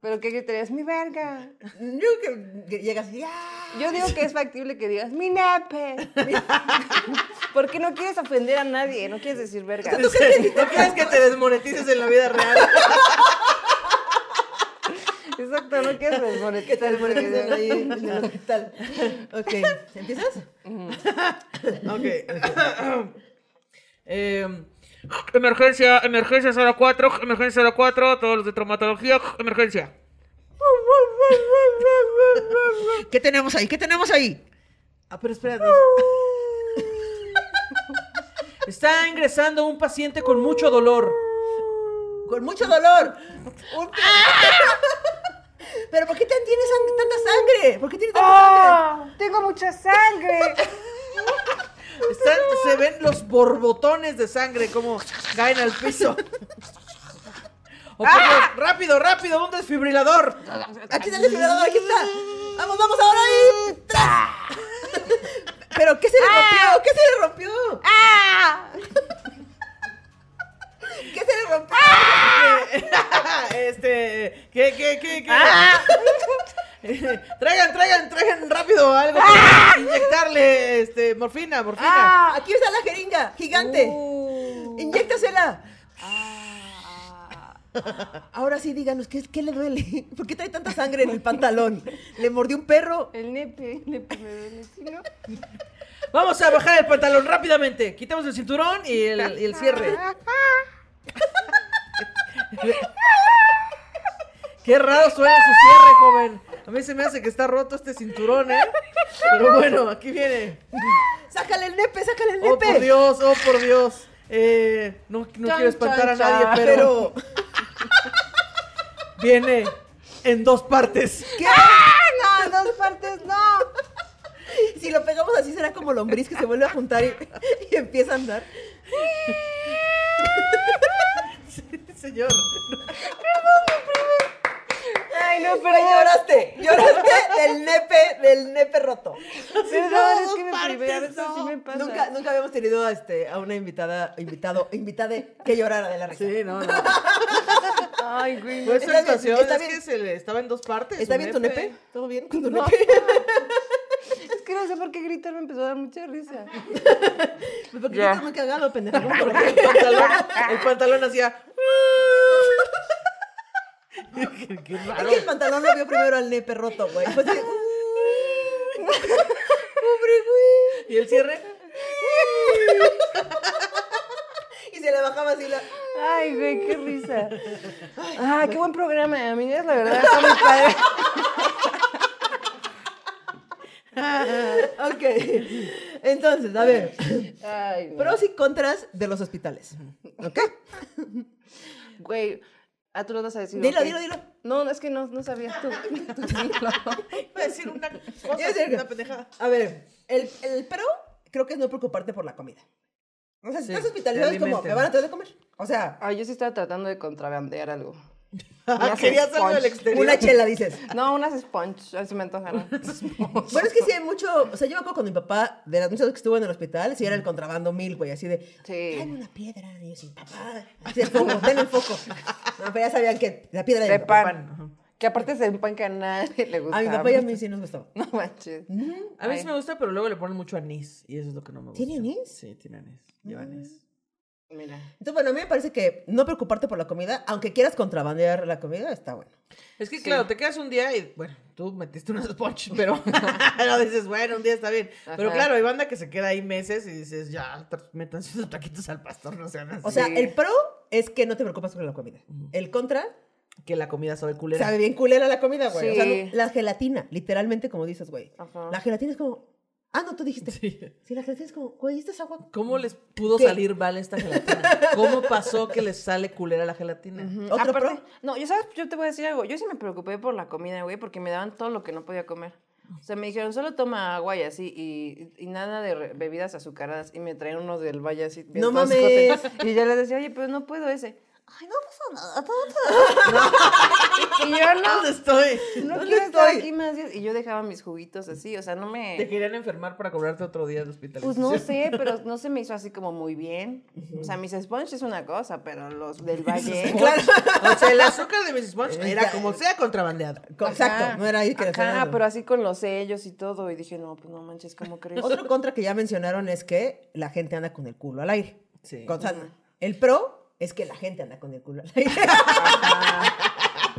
Pero ¿qué gritarías? Mi verga. Yo creo que llegas, ¡ya! Yo digo que es factible que digas mi nepe. Porque no quieres ofender a nadie, no quieres decir verga. ¿Tú crees que te desmonetices en la vida real? Exacto, no quieres ¿Qué tal? desmonetizar. Bueno, que están ahí porque- en el hospital. Ok, ¿empiezas? Ok. Em, emergencia, emergencia 04, emergencia 04, todos los de traumatología, emergencia. ¿Qué tenemos ahí? ¿Qué tenemos ahí? Ah, pero espérate. Uh. Está ingresando un paciente con mucho dolor. Con mucho dolor. Un- ¡Ah! ¿Pero por qué tan- tiene sang- tanta sangre? ¿Por qué tiene tanta ¡Ah! sangre? ¡Oh! ¡Tengo mucha sangre! Están- se ven los borbotones de sangre como caen al piso. Oh, por Dios, ¡Rápido, rápido! ¡Un desfibrilador! Aquí está el desfibrilador, aquí está. Vamos, vamos ahora ahí. ¡Tras! ¡Ah! ¿Pero qué se le rompió? ¿Qué se le rompió? ¡Ah! ¿Qué se le rompió? este, ¿qué, qué, qué, qué? Ah, ¡Ah! traigan, traigan, traigan rápido algo para ¡Ah! inyectarle, este, morfina, morfina. ¡Ah! Aquí está la jeringa, gigante. Uh. Inyéctasela. Ahora sí, díganos, ¿qué, ¿qué le duele? ¿Por qué trae tanta sangre en el pantalón? ¿Le mordió un perro? El nepe, el nepe me duele, ¿sí, no? Vamos a bajar el pantalón rápidamente. Quitamos el cinturón y el, y el cierre. Qué raro suena su cierre, joven. A mí se me hace que está roto este cinturón, ¿eh? Pero bueno, aquí viene. ¡Sácale el nepe, sácale el nepe! Oh, por Dios, oh, por Dios. Eh, no no Chan, quiero espantar chan, a nadie, chan. pero... Viene en dos partes. ¿Qué? ¡Ah, no! ¡Dos partes no! Si lo pegamos así será como lombriz que se vuelve a juntar y, y empieza a andar. Señor. ¡Ay, no, pero Pero lloraste, lloraste del nepe, del nepe roto. Perdón, es que me dos privé, a partes, veces sí no. me pasa. Nunca, nunca habíamos tenido este, a una invitada, invitado, invitade que llorara de la risa. Sí, no, no. Ay, güey. Pues esa Está bien, actuación está es bien. que se le estaba en dos partes. ¿Está su bien tu nepe? ¿Todo bien con tu No. nepe? Es que no sé por qué gritar me empezó a dar mucha risa. Porque Ya. estás muy cagado, pendejo. El pantalón, el pantalón hacía. qué, qué Es raro. que el pantalón lo vio primero al nepe roto, güey. Pues, sí. Y el cierre. y se le bajaba así la... Ay, güey, qué risa. Ah, qué buen programa, amigas, la verdad, está muy padre. Ok. Entonces, a ver. Ay, güey. Pros y contras de los hospitales. ¿Ok? Güey, ah, tú lo vas a decir. Dilo, ok. dilo, dilo. No, no, es que no, no sabías tú. Tú dilo. Iba a decir una cosa, Iba a decir que- una pendejada. A ver, el, el pro creo que es no preocuparte por la comida. O sea, si Sí, estás hospitalizado te es como, alimentan. me van a traer de comer. O sea, Ah, yo sí estaba tratando de contrabandear algo. hace Querías algo del punch. exterior. una chela, dices. No, unas sponge, así me antojaron. Bueno, es que sí hay mucho. O sea, yo me acuerdo con mi papá, de las muchas veces que estuvo en el hospital, sí era el contrabando mil, güey, así de. Sí. Dame una piedra. Y yo, sí, papá. Así el foco, ten el foco. No, pero ya sabían que la piedra De mi papá. pan. Que aparte es de un pan que a nadie le gusta. A mi papá y a mí sí nos gustó. No manches. A mí sí me gusta, pero luego le ponen mucho anís. Y eso es lo que no me gusta. ¿Tiene anís? Sí, tiene anís. Lleva anís. Mira. Entonces, bueno, a mí me parece que no preocuparte por la comida, aunque quieras contrabandear la comida, está bueno. Es que, claro, te quedas un día y, bueno, tú metiste unas sponge, pero no dices, bueno, un día está bien. Pero Ajá. claro, hay banda que se queda ahí meses y dices, ya, tra- metan sus taquitos al pastor, no sean así. O sea, Sí. el pro es que no te preocupas por la comida. El contra, que la comida sabe culera. sabe bien culera la comida, güey. O sea, Sí. no- la gelatina, literalmente como dices, güey. Ajá. La gelatina es como, ah, no, tú dijiste. Sí, Sí. la gelatina es como, güey, esta es agua. ¿Cómo les pudo ¿Qué? salir mal esta gelatina? ¿Cómo pasó que les sale culera la gelatina? Otro Aparte- pro. Mm, No, yo sabes, yo te voy a decir algo. Yo sí me preocupé por la comida, güey, porque me daban todo lo que no podía comer. O sea, me dijeron, solo toma agua y así, y, y nada de re- bebidas azucaradas. Y me traían unos del valle así. bien ¡No mames! toscotes. Y yo les decía, oye, pero no puedo ese. Ay, no pasa nada, todo está bien". Y yo ¿Dónde no, estoy? no ¿Dónde quiero estar estoy? aquí más días. Y yo dejaba mis juguitos así, o sea, no Te me... querían enfermar para cobrarte otro día de hospital. Pues no sé, pero no se me hizo así como muy bien. O sea, mis sponge es una cosa, pero los del valle... Claro. O sea, el azúcar de mis Sponge Eh, era ya, como eh. sea contrabandeado. Co- Exacto, Ajá. no era ahí que le Ajá, frenaron. pero así con los sellos y todo. Y dije, no, pues no manches, ¿cómo crees? Otro contra que ya mencionaron es que la gente anda con el culo al aire. Sí. O sea, el pro es que la gente anda con el culo al aire.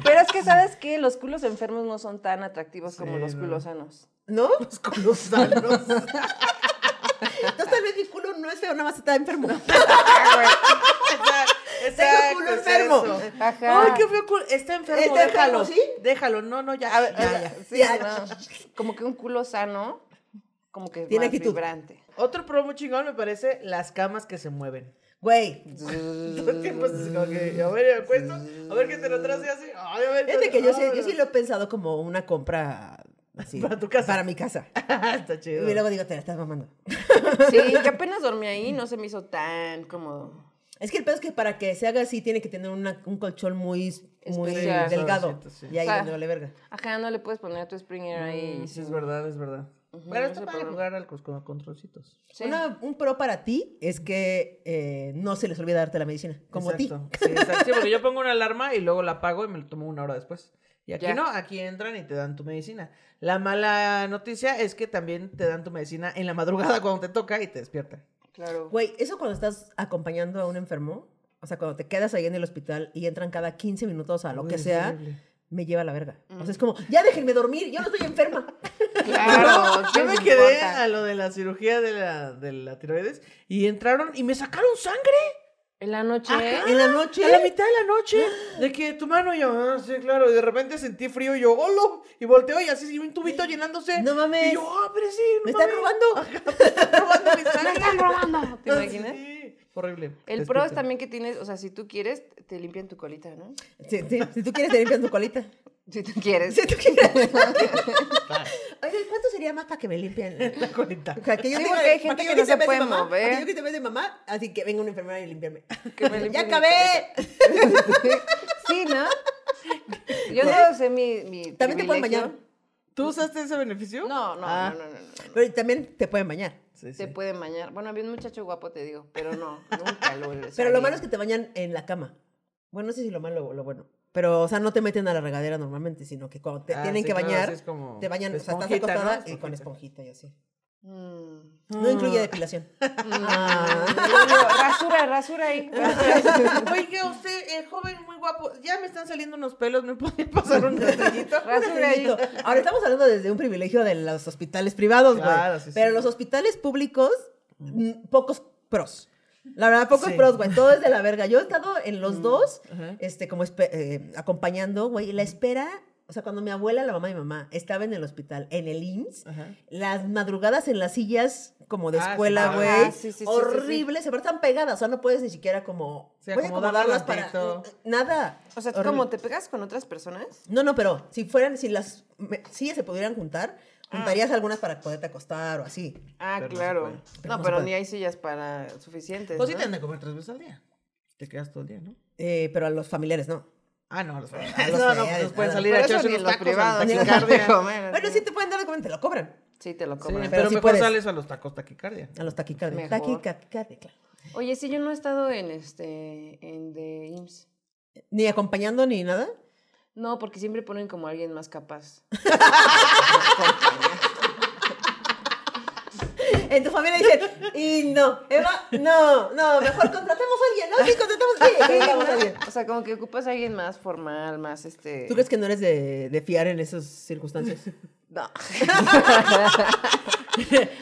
Pero es que, ¿sabes qué? Los culos enfermos no son tan atractivos como Sí, los no. Pues culos sanos. ¿No? Los culos sanos. Entonces tal vez mi culo no es feo, nada más está enfermo. Exacto, culo es enfermo. eso. Ajá. Ay, qué feo culo. Está enfermo, Está Eh, déjalo. enfermo, ¿sí? Déjalo, no, no, ya. A ver, ya, o ya. sea, sí, ya. no. Como que un culo sano, como que es Tiene más actitud. vibrante. Otro pro muy chingón me parece las camas que se mueven. Güey, Todo el tiempo pues, es como que, a ver, me acuesto, a ver qué te lo traes y así. Ay, a ver. fíjate que yo sí, yo vámonos. sí lo he pensado como una compra así. Para tu casa. Para mi casa. Está Y chido. luego digo, te la estás mamando. Sí, yo apenas dormí ahí, no se me hizo tan cómodo. Es que el pedo es que para que se haga así tiene que tener una- un colchón muy, muy Especial. delgado. Suavecito, sí. Y ahí Ah. no le verga. Ajá, no le puedes poner tu Springer ahí. Mm, Sí, es verdad, es verdad. no Pero está se para puede. jugar al, cos- con controlcitos. Sí. Una- un pro para ti es que eh, no se les olvida darte la medicina, como a ti. Exacto. Sí, exacto. Sí, porque yo pongo una alarma y luego la apago y me lo tomo una hora después. Y aquí Ya. no, aquí entran y te dan tu medicina. La mala noticia es que también te dan tu medicina en la madrugada cuando te toca y te despierta. Claro. Güey, eso cuando estás acompañando a un enfermo, o sea, cuando te quedas ahí en el hospital y entran cada 15 minutos a lo que sea, me lleva a la verga. O Mm. sea, es como, ya déjenme dormir, yo no estoy enferma. Claro. ¿qué Yo me les quedé importa? a lo de la cirugía de la, de la tiroides y entraron y me sacaron sangre En la noche. En la noche, a la mitad de la noche. De que tu mano, y yo, ah, sí, claro. Y de repente sentí frío y yo, ¡holo! Y volteo y así sí, un tubito llenándose. No mames. Y yo, ¡ah, pero sí! no me están mames". robando. robando mi ¡Me sangre. están robando! ¿Te imaginas? Ah, Sí, horrible. El Te pro es despierta. también que tienes, o sea, si tú quieres, te limpian tu colita, ¿no? Sí, sí, si tú quieres, te limpias tu colita. Si tú quieres. Si tú quieres. Oigan, ¿cuánto sería más para que me limpien? La colita. O sea, que yo Sí, tenga- porque hay para gente yo que no grite se beso puede de mamá, mover. para que yo grite beso de mamá, así que venga una enfermera y limpiarme. Que me ¡Ya limpien mi acabé! Sí, ¿no? Yo no sé mi, mi También te pueden privilegio. bañar. ¿Tú usaste ese beneficio? No, no, Ah, no, no, no, no. Pero también te pueden bañar. sí, sí. Se pueden bañar. Bueno, había un muchacho guapo, te digo, pero no, nunca lo Pero lo malo es que te bañan en la cama. Bueno, no sé si lo malo o lo bueno. Pero, o sea, no te meten a la regadera normalmente, sino que cuando te Ah, tienen sí, que claro, bañar, sí, es como te bañan, o sea, estás esponjita, ¿no? acostada y con esponjita Ah. y así. Mm. No incluye depilación. rasura, rasura ahí. Oiga, usted, eh, joven, muy guapo. Ya me están saliendo unos pelos, ¿me puede pasar un detallito? rasura ahí. Perfecto. Ahora estamos hablando desde un privilegio de los hospitales privados, güey. Claro, sí, pero sí. los hospitales públicos, mm, pocos pros. La verdad, pocos Sí. Mm. pros, güey. Todo es de la verga. Yo he estado en los dos, este, como espe- eh, acompañando, güey. y La espera, o sea, cuando mi abuela, la mamá de mi mamá, estaba en el hospital, en el IMSS, Ajá. las madrugadas en las sillas, como de Ah, sí, escuela, ajá, güey. sí, sí, sí, sí, sí. horrible. Se están pegadas, o sea, no puedes ni siquiera como. Sí, voy a acomodarlo acomodarlas para. tantito. Nada. O sea, Horrible. como te pegas con otras personas. No, no, pero si fueran, si las me- sillas se pudieran juntar, juntarías algunas para poderte acostar o así. Ah, Pero no se claro. puede. Pero no No, se pero puede. ni hay sillas para suficientes. Pues sí ¿no? te han de comer tres veces al día. Te quedas todo el día, ¿no? Eh, pero a los familiares no. Ah, no, los, no, los no, feos, pues, nada. pueden salir Por a eso echarse ni unos en los tacos privados a la ni en los taquicardia. de comer, Bueno, ¿no? sí te pueden dar de comer, te lo cobran. Sí, te lo Sí, cobran. pero, Pero sí mejor puedes. sales a los tacos taquicardia. A los taquicardia. Mejor. Taquicardia, claro. Oye, sí, yo no he estado en este, en The IMSS. Ni acompañando ni nada. No, porque siempre ponen como alguien más capaz. En tu familia dicen, y no, Eva, no, no, mejor contratemos a alguien, ¿no? Sí, contratamos sí, contratamos a alguien. O sea, como que ocupas a alguien más formal, más este. ¿Tú crees que no eres de, de fiar en esas circunstancias? No.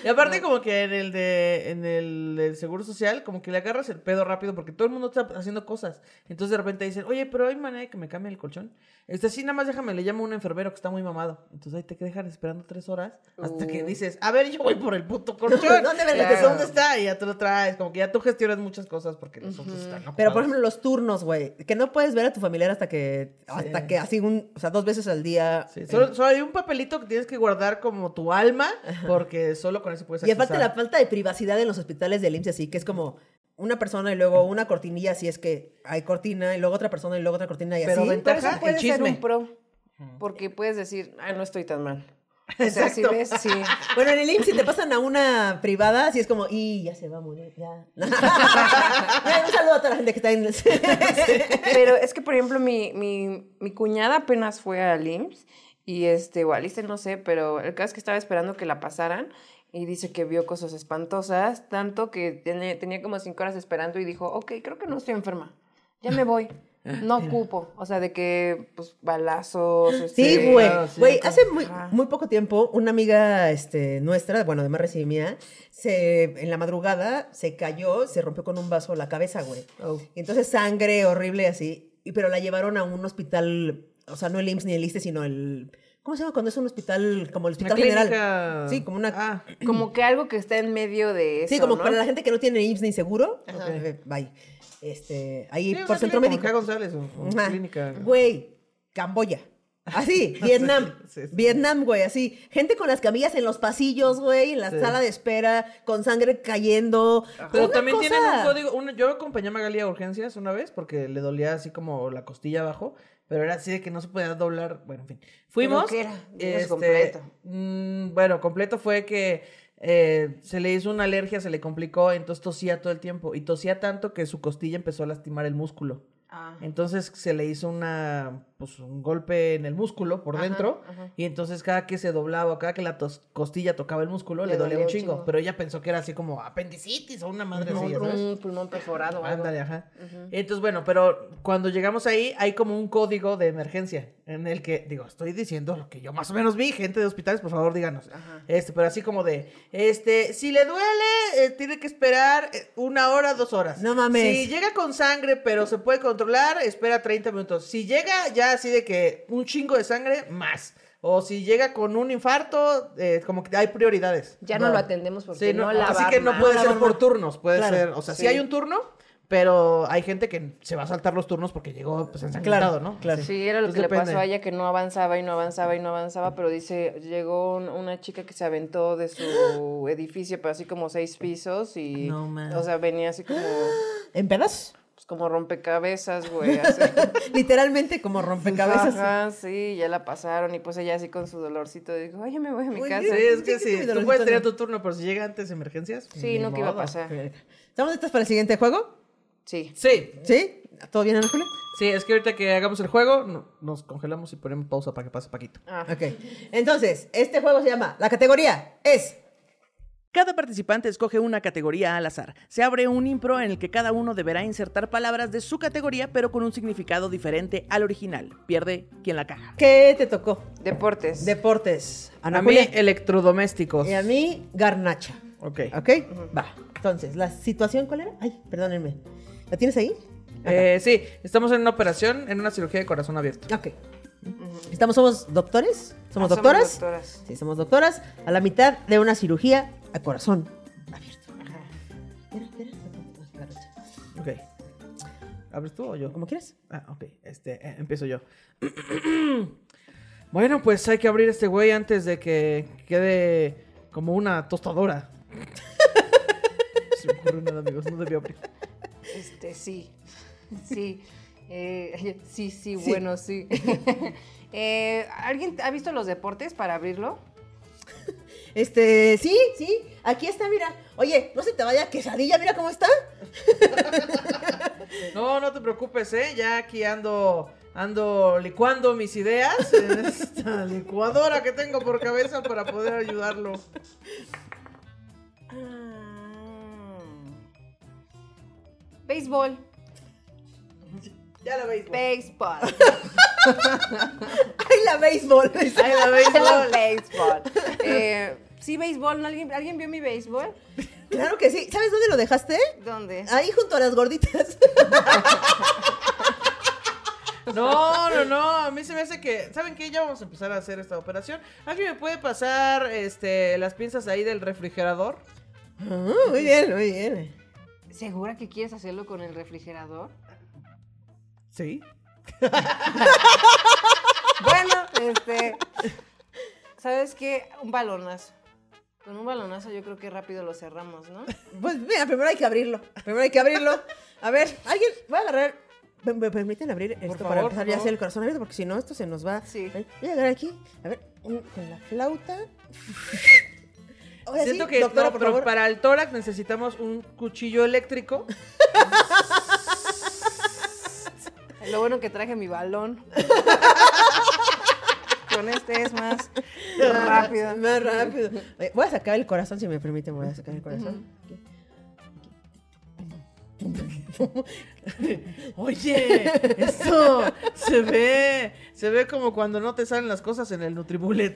Y aparte como que en el de en el del seguro social como que le agarras el pedo rápido porque todo el mundo está haciendo cosas. Entonces de repente dicen, "Oye, pero hay manera de que me cambie el colchón." Este sí, nada más déjame, le llamo a un enfermero que está muy mamado. Entonces ahí te dejan esperando tres horas hasta que Uh. dices, "A ver, yo voy por el puto colchón." ¿Dónde verga Entonces, está? ¿Dónde está? Y ya te lo traes, como que ya tú gestionas muchas cosas porque los otros están Pero ocupados. por ejemplo, los turnos, güey, que no puedes ver a tu familiar hasta que, hasta que así un, o sea, dos veces al día. Sí, solo, solo hay un papelito que tienes que guardar como tu alma porque solo con eso puedes Y aparte accesar. la falta de privacidad en los hospitales del IMSS, así que es como una persona y luego una cortinilla, si es que hay cortina, y luego otra persona y luego otra cortina y Pero así. ventaja- Pero eso el puede ser chisme. un pro. Porque puedes decir, ah, no estoy tan mal. O sea, Exacto. si ves, sí. Bueno, en el IMSS si te pasan a una privada, así es como, y ya se va a morir, ya. Ay, un saludo a toda la gente que está en el... Pero es que, por ejemplo, mi, mi, mi cuñada apenas fue al IMSS y este, o al ISSSTE, no sé, pero el caso es que estaba esperando que la pasaran y dice que vio cosas espantosas, tanto que tiene- tenía como cinco horas esperando y dijo, ok, creo que no estoy enferma, ya me voy. No cupo, o sea, de que, pues, balazos. Sí, este, güey. claro, sí, Güey, loco. hace muy, Ajá. muy poco tiempo, una amiga este, nuestra, bueno, además recibía, se, en la madrugada se cayó, se rompió con un vaso la cabeza, güey. Oh. Y entonces sangre horrible así, y, pero la llevaron a un hospital, o sea, no el IMSS ni el ISSSTE, sino el... ¿Cómo se llama cuando es un hospital, como el Una hospital general? clínica. Sí, como una... Ah, Como que algo que está en medio de eso. sí, como ¿no? para la gente que no tiene IMSS ni seguro. Ajá. eh, Bye. Este, ahí sí, una por centro clínica como médico. K. González o, o Ajá. clínica. Ah. Güey, Camboya. Así, Vietnam. Sí, sí. Vietnam, güey, así. Gente con las camillas en los pasillos, güey, en la Sí. sala de espera, con sangre cayendo. Pero Una también cosa- tienen un código. un- yo acompañé a Magali a urgencias una vez porque le dolía así como la costilla abajo, pero era así de que no se podía doblar. Bueno, en fin. Fuimos. este, qué era? Dinos completo. mm, bueno, completo fue que eh, se le hizo una alergia, se le complicó, entonces tosía todo el tiempo. Y tosía tanto que su costilla empezó a lastimar el músculo. Ah. Entonces se le hizo una, pues, un golpe en el músculo por Ajá, dentro. ajá. Y entonces cada que se doblaba, cada que la tos- costilla tocaba el músculo, le, dolía un chingo. Pero ella pensó que era así como apendicitis o una madre Un- así, ya sabes. un pulmón perforado. o algo. Ándale, ajá. Entonces, bueno, pero cuando llegamos ahí, hay como un código de emergencia en el que, digo, estoy diciendo lo que yo más o menos vi, gente de hospitales, por favor, díganos. Este, pero así como de, este, si le duele, eh, tiene que esperar eh, una hora, dos horas. No mames. Si llega con sangre, pero se puede controlar, espera 30 minutos. Si llega ya así de que un chingo de sangre, más. O si llega con un infarto, eh, como que hay prioridades. Ya no, lo atendemos porque Sí, no, no, la así que no barba. puede ser por turnos, puede Claro, ser, o sea, sí. hay un turno, pero hay gente que se va a saltar los turnos porque llegó pues ensangrentado, ¿no? claro. Sí, era lo que Entonces le depende. pasó a ella, que no avanzaba y no avanzaba y no avanzaba, pero dice, llegó un- una chica que se aventó de su edificio, pero así como seis pisos y, No, man. o sea, venía así como, ¿En pedazos? pues, como rompecabezas, güey, así. Literalmente como rompecabezas. Ajá, sí, ya la pasaron y pues ella así con su dolorcito dijo, ay, ya me voy a mi Oye, casa. Sí, es que Sí, sí, sí, sí, tú puedes tener no. tu turno, pero si llega antes de emergencias. ni Sí, no, que iba a modo. pasar. ¿Estamos listos para el siguiente juego? Sí. Sí, ¿Sí? ¿Todo bien, Ángela? sí, es que ahorita que hagamos el juego, no- nos congelamos y ponemos pausa para que pase Paquito. Ah. Ok. Entonces, este juego se llama, la categoría es... Cada participante escoge una categoría al azar. Se abre un impro en el que cada uno deberá insertar palabras de su categoría, pero con un significado diferente al original. Pierde quien la caja. ¿Qué te tocó? Deportes. Deportes. Ana A mí, Julia. electrodomésticos. Y a mí, garnacha. Ok. ¿Ok? Va. Entonces, ¿la situación cuál era? Ay, perdónenme. ¿La tienes ahí? Eh, sí, estamos en una operación, en una cirugía de corazón abierto. Ok. Estamos, somos doctores. Somos Ah, doctoras. doctoras. Sí, somos doctoras. A la mitad de una cirugía a corazón abierto. Espera, espera. Garnacha. Ok. ¿Abres tú o yo? ¿Cómo quieres? Ah, ok. Este, eh, empiezo yo. bueno, pues hay que abrir este güey antes de que quede como una tostadora. Se me ocurre nada, amigos. No debió abrir. Este, sí. Sí. Eh, sí, sí, bueno, sí. Eh, ¿Alguien ha visto los deportes para abrirlo? Este, sí, sí. Aquí está, mira. Oye, no se te vaya quesadilla, mira cómo está. No, no te preocupes, ¿eh? Ya aquí ando, ando licuando mis ideas en esta licuadora que tengo por cabeza para poder ayudarlo. Ah, Béisbol. Ya la veis, güey. Béisbol. ¡Ay, la béisbol! Ahí la veis, Béisbol. güey. béisbol. Eh, sí, béisbol. ¿No? ¿Alguien, ¿Alguien vio mi béisbol? claro que sí. ¿Sabes dónde lo dejaste? ¿Dónde? Ahí junto a las gorditas. No, no, no, a mí se me hace que, ¿saben qué? Ya vamos a empezar a hacer esta operación. ¿Alguien me puede pasar este las pinzas ahí del refrigerador? Ah, muy bien, muy bien. ¿Segura que quieres hacerlo con el refrigerador? Sí. Bueno, este. ¿Sabes qué? Un balonazo. Con un balonazo yo creo que rápido lo cerramos, ¿no? Pues mira, primero hay que abrirlo. Primero hay que abrirlo. A ver, alguien, voy a agarrar. ¿Me, me permiten abrir esto para favor, empezar por ya a hacer favor. el corazón abierto? Porque si no, esto se nos va. Sí. Voy a agarrar aquí. A ver, un- con la flauta. Ahora Siento sí, que doctora, no, por pero favor. para el tórax necesitamos un cuchillo eléctrico. Lo bueno que traje mi balón. Con este es más rápido. Más rápido. Oye, Voy a sacar el corazón, si me permiten, voy a sacar el corazón. Oye, esto se ve, se ve como cuando no te salen las cosas en el Nutribullet.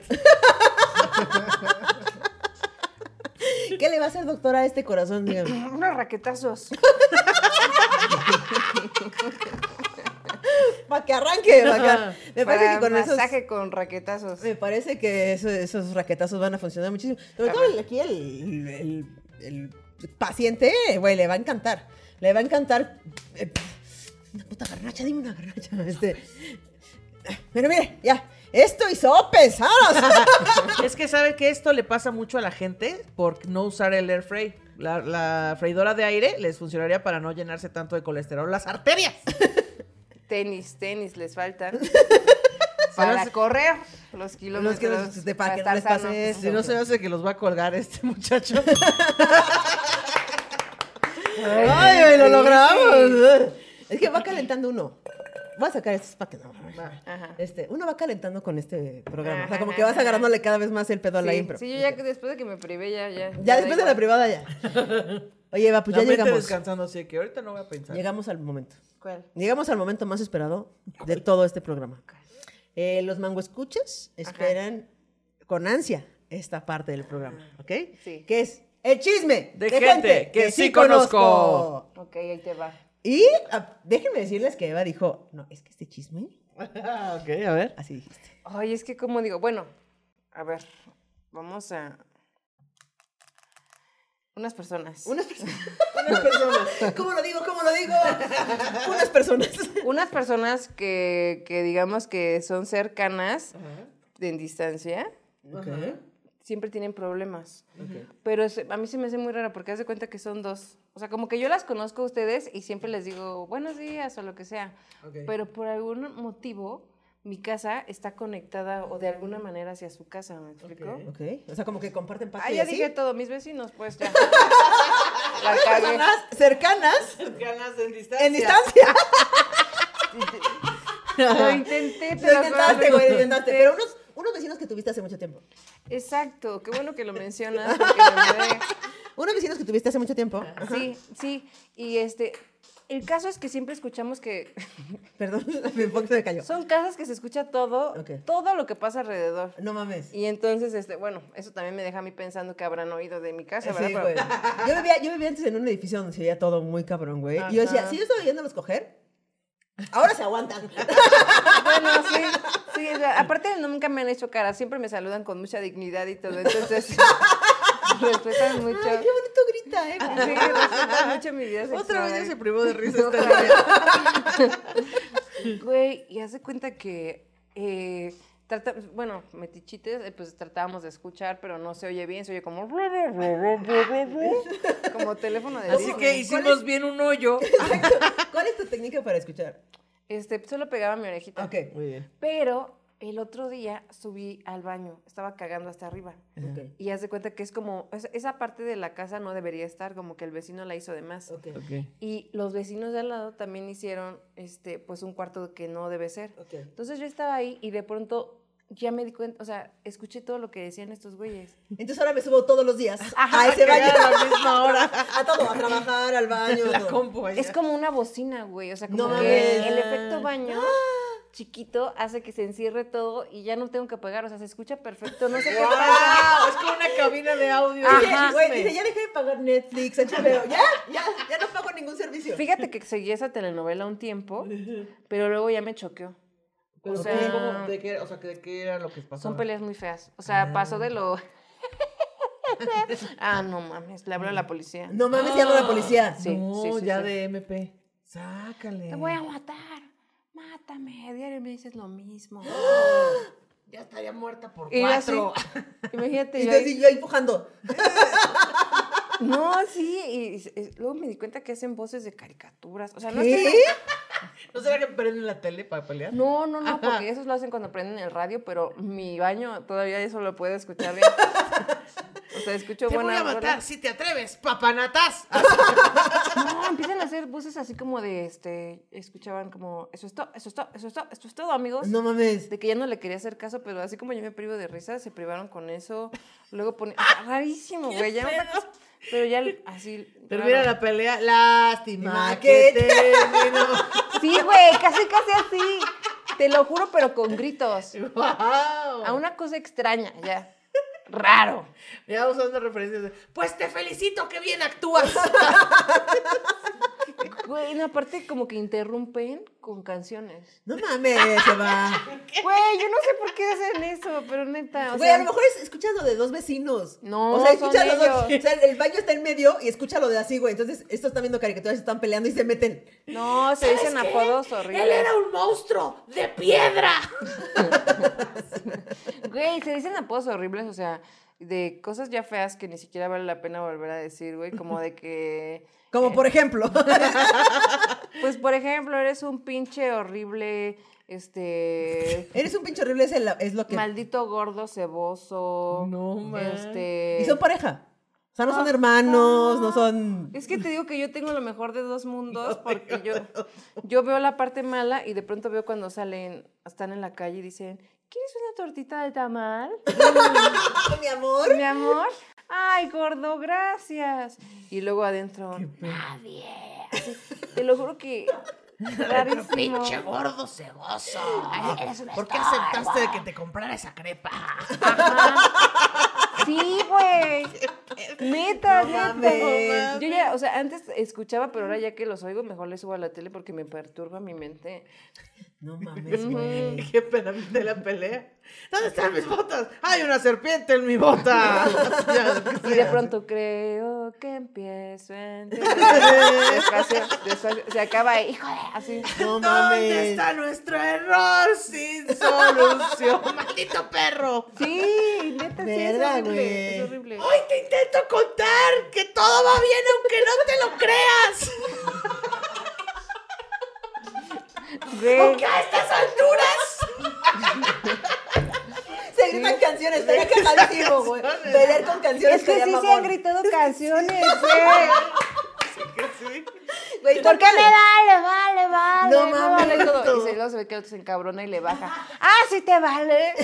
¿Qué le va a hacer, doctora, a este corazón? Dígame. Unos raquetazos. Para que arranque. pa' que ar- Me parece Para que con esos... masaje con raquetazos. Me parece que eso- esos raquetazos van a funcionar muchísimo. Sobre todo el- aquí el, el- el paciente, güey, le va a encantar. Le va a encantar. eh, Una puta garnacha, dime una garnacha. Este. Pero mire, ya. Esto y sopes, ¡vámonos! Es que sabe que esto le pasa mucho a la gente por no usar el air fry. La, la freidora de aire les funcionaría para no llenarse tanto de colesterol las arterias. Tenis, tenis les faltan. Pero Para es- correr los kilómetros. kilómetros, de- para que no les estar pase sano. eso. Si no se hace que los va a colgar este muchacho. ¡Ay, güey, lo logramos! Es que va calentando uno. Voy a sacar estos para que no. Ajá. Este, uno va calentando con este programa. O sea, Ajá, como ajá, que vas ajá. agarrándole cada vez más el pedo a la Sí, impro. sí, yo ya que después de que me privé, ya, ya. Ya da después de igual. la privada ya. Oye, Eva, pues la ya mente llegamos. descansando, así que ahorita no voy a pensar. Llegamos al momento. ¿Cuál? Llegamos al momento más esperado de todo este programa. Eh, los mango escuchas esperan con ansia esta parte del programa, ¿ok? Ah, Sí. Que es el chisme De gente que sí conozco. Ok, ahí te va. Y ah, déjenme decirles que Eva dijo, no, es que este chisme, Ah, ok, a ver. así dijiste. Ay, es que como digo, bueno, a ver, vamos a... Unas personas. Unas personas. Unas personas. ¿Cómo lo digo? ¿Cómo lo digo? Unas personas. Unas personas que, que digamos que son cercanas en distancia, siempre tienen problemas. Pero se- a mí se me hace muy raro porque haz de cuenta que son dos. O sea, como que yo las conozco a ustedes y siempre les digo buenos días o lo que sea. Pero por algún motivo mi casa está conectada o de alguna manera hacia su casa, ¿me explico? Ok. O sea, como que comparten parte Ah, y ya así. dije todo, mis vecinos, pues ya. La cagué. Personas cercanas Ganas en distancia. en distancia. Lo intenté, Lo pero intentaste, güey, lo intentaste. Sí. Pero unos, unos vecinos que tuviste hace mucho tiempo. Exacto, qué bueno que lo mencionas. porque me mudé. Unos vecinos que tuviste hace mucho tiempo. Sí, sí. Y este, el caso es que siempre escuchamos que Perdón, mi fox se me cayó. son casas que se escucha todo, Ok. todo lo que pasa alrededor. No mames. Y entonces, este, bueno, eso también me deja a mí pensando que habrán oído de mi casa, ¿verdad? Sí, pues. Pero- güey. yo, vivía, yo vivía antes en un edificio donde se veía todo muy cabrón, güey. Y yo decía, Ajá. si yo estaba oyéndolos coger, ahora se aguantan. Bueno, sí, sí, o sea, aparte no, nunca me han hecho cara, siempre me saludan con mucha dignidad y todo, entonces respetan mucho, Ay, qué bonito grita, eh. sí, respetan mucho mi vida sexual. Otra vez ya se privó de risa esta Otra niña. vez. Güey, y hace cuenta que, eh, trata- bueno, metichites, eh, pues tratábamos de escuchar, pero no se oye bien, se oye como... como teléfono de... Así Disney. que hicimos bien un hoyo. Exacto. ¿Cuál es tu técnica para escuchar? Este, solo pegaba mi orejita. Ok. Muy bien. Pero el otro día subí al baño, estaba cagando hasta arriba. Ok. Y haz de cuenta que es como, es- esa parte de la casa no debería estar, como que el vecino la hizo de más. Ok. Ok. Y los vecinos de al lado también hicieron, este, pues un cuarto que no debe ser. Ok. Entonces yo estaba ahí y de pronto ya me di cuenta, o sea, escuché todo lo que decían estos güeyes. Entonces ahora me subo todos los días a ese Se va baño. a la misma hora. A todo, a trabajar, al baño. La todo. compu allá. Es como una bocina, güey, o sea, No como que mames. el efecto baño chiquito hace que se encierre todo y ya no tengo que apagar, o sea, se escucha perfecto, no sé qué pasa. ¡Guau! Es como una cabina de audio. Oye, Ajá. güey, dice, ya dejé de pagar Netflix, HBO. Ya, ya, ya no pago ningún servicio. Fíjate que seguí esa telenovela un tiempo, pero luego ya me choqueó. Pero O sea- ¿cómo? ¿De qué, o sea, ¿de qué era lo que pasó? Son peleas muy feas. O sea, pasó de lo. ah, no mames, le hablo a la policía. No mames, llamo a la policía. Ah. Sí, no, sí, sí, ya sí. de MP. Sácale. Te voy a matar. Mátame. A diario me dices lo mismo. ¡Ah! Ya estaría muerta por Y yo así, cuatro. Imagínate. Y yo yo, ahí- así, yo ahí empujando. "Ah". No, sí. Y, y- y luego me di cuenta que hacen voces de caricaturas. O sea, no ¿Qué? estoy- ¿No será que prenden la tele para pelear? No, no, no, porque esos lo hacen cuando prenden el radio, pero mi baño todavía eso lo puedo escuchar bien. O sea, escucho Te voy buena a matar rola. si te atreves, papanatás. No, empiezan a hacer voces así como de, este, escuchaban como, eso es todo, eso es todo, eso es todo, esto es todo, amigos. No mames. De que ya no le quería hacer caso, pero así como yo me privo de risa, se privaron con eso. Luego ponían, o sea, rarísimo, güey. ya una cosa- Pero ya así. Termina raro. la pelea. Lástima Ma- que que terminó. Sí, güey, casi, casi así. Te lo juro, pero con gritos. Guau. A una cosa extraña, ya. Raro. Ya vamos dando referencias. de, Pues te felicito que bien actúas. Güey, no, aparte como que interrumpen con canciones. No mames, se va. Güey, yo no sé por qué hacen eso, pero neta. O Güey, sea, a lo mejor es, escuchas lo de dos vecinos. No, o sea, son escuchas los dos. ellos. O sea, el baño está en medio y escucha lo de así, güey. Entonces, estos están viendo caricaturas, están peleando y se meten. No, se ¿Sabes dicen qué? apodos Él horribles. era un monstruo de piedra. Güey, se dicen apodos horribles, o sea, de cosas ya feas que ni siquiera vale la pena volver a decir, güey. Como de que. Como por ejemplo. Pues, por ejemplo, eres un pinche horrible. Este. Eres un pinche horrible, es, el- es lo que. Maldito gordo ceboso. No, man. Este. Y son pareja. O sea, no son hermanos, no son. Es que te digo que yo tengo lo mejor de dos mundos porque yo, yo veo la parte mala y de pronto veo cuando salen, están en la calle y dicen, ¿quieres una tortita de tamal? Mi amor. Mi amor. Ay, gordo, gracias. Y luego adentro, nadie. Así, Te lo juro que rarísimo. Pinche gordo ceboso. Ay, eres un ¿Por qué aceptaste de que te comprara esa crepa? Ajá. Sí, güey. Neta, neta. mames. Yo ya, o sea, antes escuchaba, pero ahora ya que los oigo, mejor les subo a la tele porque me perturba mi mente. No mames, güey. Qué pena de la pelea. ¿Dónde están mis botas? Hay una serpiente en mi bota. Ya, lo que Y de sea. pronto creo que empiezo a entender. Despacio, despacio, se acaba ahí, híjole, así. No ¿Dónde mames. está nuestro error sin solución? ¡Maldito perro! Sí, neta, sí, es Verga, horrible. Es güey. horrible. Hoy te intento contar que todo va bien aunque no te lo creas. Güey. Aunque a estas alturas. Se gritan canciones, estaría cagadísimo, güey. Pelear con canciones Es que estaría sí se mamón. han gritado canciones, güey. Güey, ¿Por qué tócale. me vale, vale, vale? No me mames. vale todo. Y se- luego se ve que el otro se encabrona y le baja. ¡Ah, sí te vale!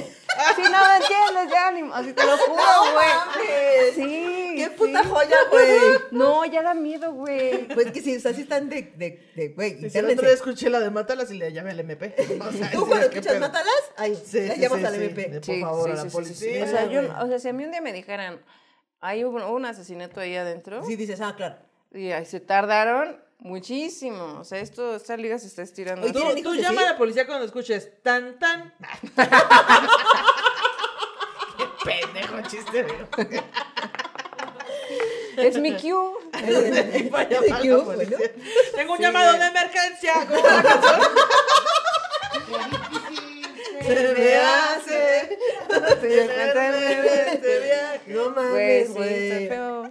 Si no me entiendes, ya ni... Así te lo juro, No güey. mames. Sí. Qué sí. puta joya, güey. No, ya da miedo, güey. Pues que sí, o sea, sí están de, de, de güey, El otro día internense. escuché la de Mátalas y le llamé al MP. O sea, Tú ¿qué cuando escuchas pedo? Mátalas, ahí, Sí, la sí, llamas sí, al sí. MP. Por favor, a la policía, O sea, yo, güey. o sea, si a mí un día me dijeran, hay un, un asesinato ahí adentro, Sí, dices, ah, claro. y ahí se tardaron muchísimo. O sea, esto, esta liga se está estirando. Oye, así. Tú, tú Dijo que llama sí. a la policía cuando escuches tan tan. Qué pendejo chiste. güey. Es mi cue. Y va a llamar a ¿Qué la hubo, policía. no? Tengo un llamado de emergencia. ¿Cómo va la canción? Se me hace. Sí, este viaje. No Güey, mames, Pues sí, está güey. feo.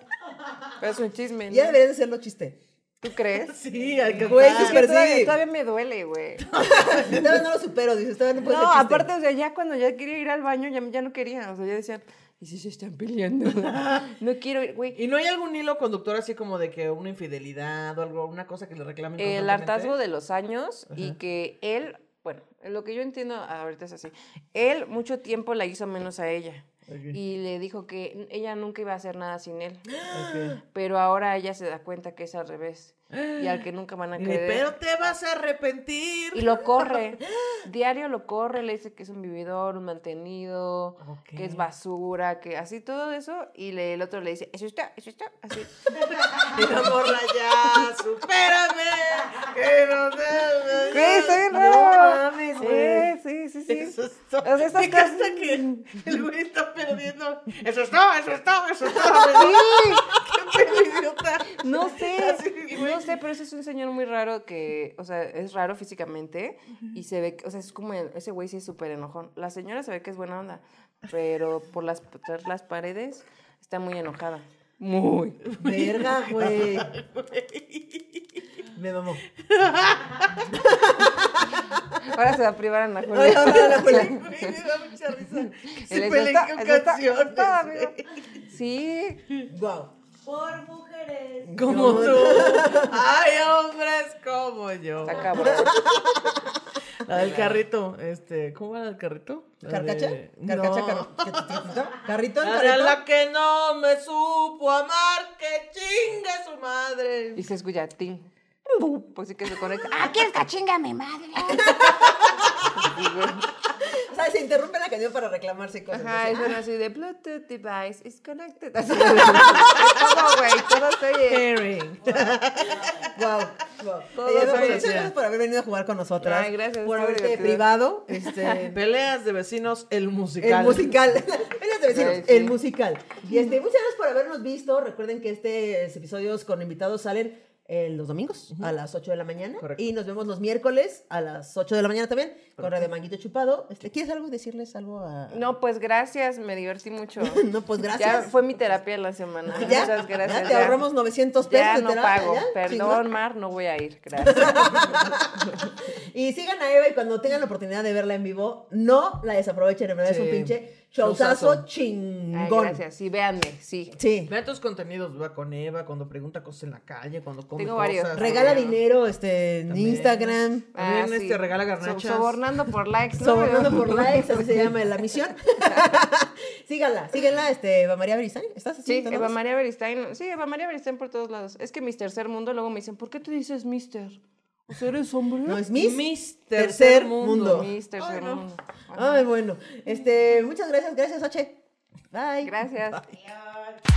Pero es un chisme, ¿no? Ya deberían de hacerlo chiste. ¿Tú crees? Sí, hay que Güey, actuar. sí, pero- Todavía, sí. todavía me duele, güey. Todavía no lo supero, dices, todavía no puedes No, hacer pues, chiste. aparte, o sea, ya cuando ya quería ir al baño, ya, ya no quería. O sea, ya decían, ¿y si se están peleando? no quiero ir, güey. ¿Y no hay algún hilo conductor así como de que una infidelidad o algo, una cosa que le reclamen? El constantemente? hartazgo de los años y que él, bueno, lo que yo entiendo ahorita es así. Él mucho tiempo la hizo menos a ella. Ok. Y le dijo que ella nunca iba a hacer nada sin él. Ok. Pero ahora ella se da cuenta que es al revés. Y al que nunca van a Y, querer. Pero te vas a arrepentir. Y lo corre. Diario lo corre, le dice que es un vividor, un mantenido, Ok. que es basura, que así todo eso. Y le- el otro le dice, eso está, eso está, así. Y la morra ya, supérame. Que no te... Güey, está bien raro. No mames, güey. Sí, sí, sí, sí. Eso es todo. O sea, estas Me encanta cosas- mm, que el güey está perdiendo. Eso es todo, eso es todo, eso es todo. Qué pedo idiota. No sé, Así, güey. no sé, pero ese es un señor muy raro que, o sea, es raro físicamente y se ve, que- o sea, es como, el- ese güey sí es súper enojón. La señora se ve que es buena onda, pero por las, tras las paredes está muy enojada. Muy. Verga, güey. Me mamó. Ahora se va a privar a Ana Ahora, Julia. ahora, ahora, güey. Güey, me da mucha risa. El Se peleé eso está- con eso está- eso canciones. está, güey. amigo. Sí. Wow. Por mujeres. Como tú. Ay, hombres como yo. Está cabrón. La del carrito, este, ¿cómo era el carrito? La ¿Carcacha? de- ¿Carcacha? No. car- ¿qué- qué- qué- ¿Carrito? Ah, La de ¿Carrito? la que no me supo amar, que chingue su madre. Y se escucha, ting. Pues sí que se conecta. ¡Ah, Aquí está chinga mi madre. sí, güey! O sea, se interrumpe la canción para reclamarse cosas. Ajá, así. es así de Bluetooth device is connected. Así de- Todo, güey, todo se oye. Caring. Wow, wow. Todo Oye, soy pues, yo. muchas gracias por haber venido a jugar con nosotras. Ay, gracias, Por estuvo haberte divertido. privado. Este, Peleas de vecinos, el musical. el musical. Vengan a decirnos, Ay, sí. el musical. Y este, muchas gracias por habernos visto. Recuerden que este, estos episodios con invitados salen eh, los domingos a las 8 de la mañana. Correcto. Y nos vemos los miércoles a las 8 de la mañana también con Radio Manguito Chupado. Este, ¿Quieres algo decirles algo a.? No, pues gracias, me divertí mucho. No, pues Ya gracias. fue mi terapia en la semana. Ya, Muchas gracias. ya te ya. ahorramos 900 pesos. Ya de no terapia, pago. ya, Perdón, chingón. Mar, no voy a ir. Gracias. Y sigan a Eva y cuando tengan la oportunidad de verla en vivo, no la desaprovechen. En verdad es un Sí. pinche Showzazo. showzazo chingón. Ay, gracias. Sí, véanme, sí. Sí. Vean tus contenidos, va con Eva, cuando pregunta cosas en la calle, cuando come Tengo cosas. varios. Regala También. dinero este, en También. Instagram. También, Ah, este, regala garnachas. So- sobornando por likes. ¿no? Sobornando por likes, así se llama la misión. síganla, síganla, este, Eva María Berizán. ¿Estás así? Sí, en todos Eva lados? María Beristain. Sí, Eva María Beristain por todos lados. Es que mis tercer mundo luego me dicen, ¿por qué tú dices mister? O sea, eres hombre. No, es Miss. Miss Tercer Mundo. Mis tercer Ay, no. mundo. Ay, bueno. Este, muchas gracias, gracias, H. Bye. Gracias. Adiós.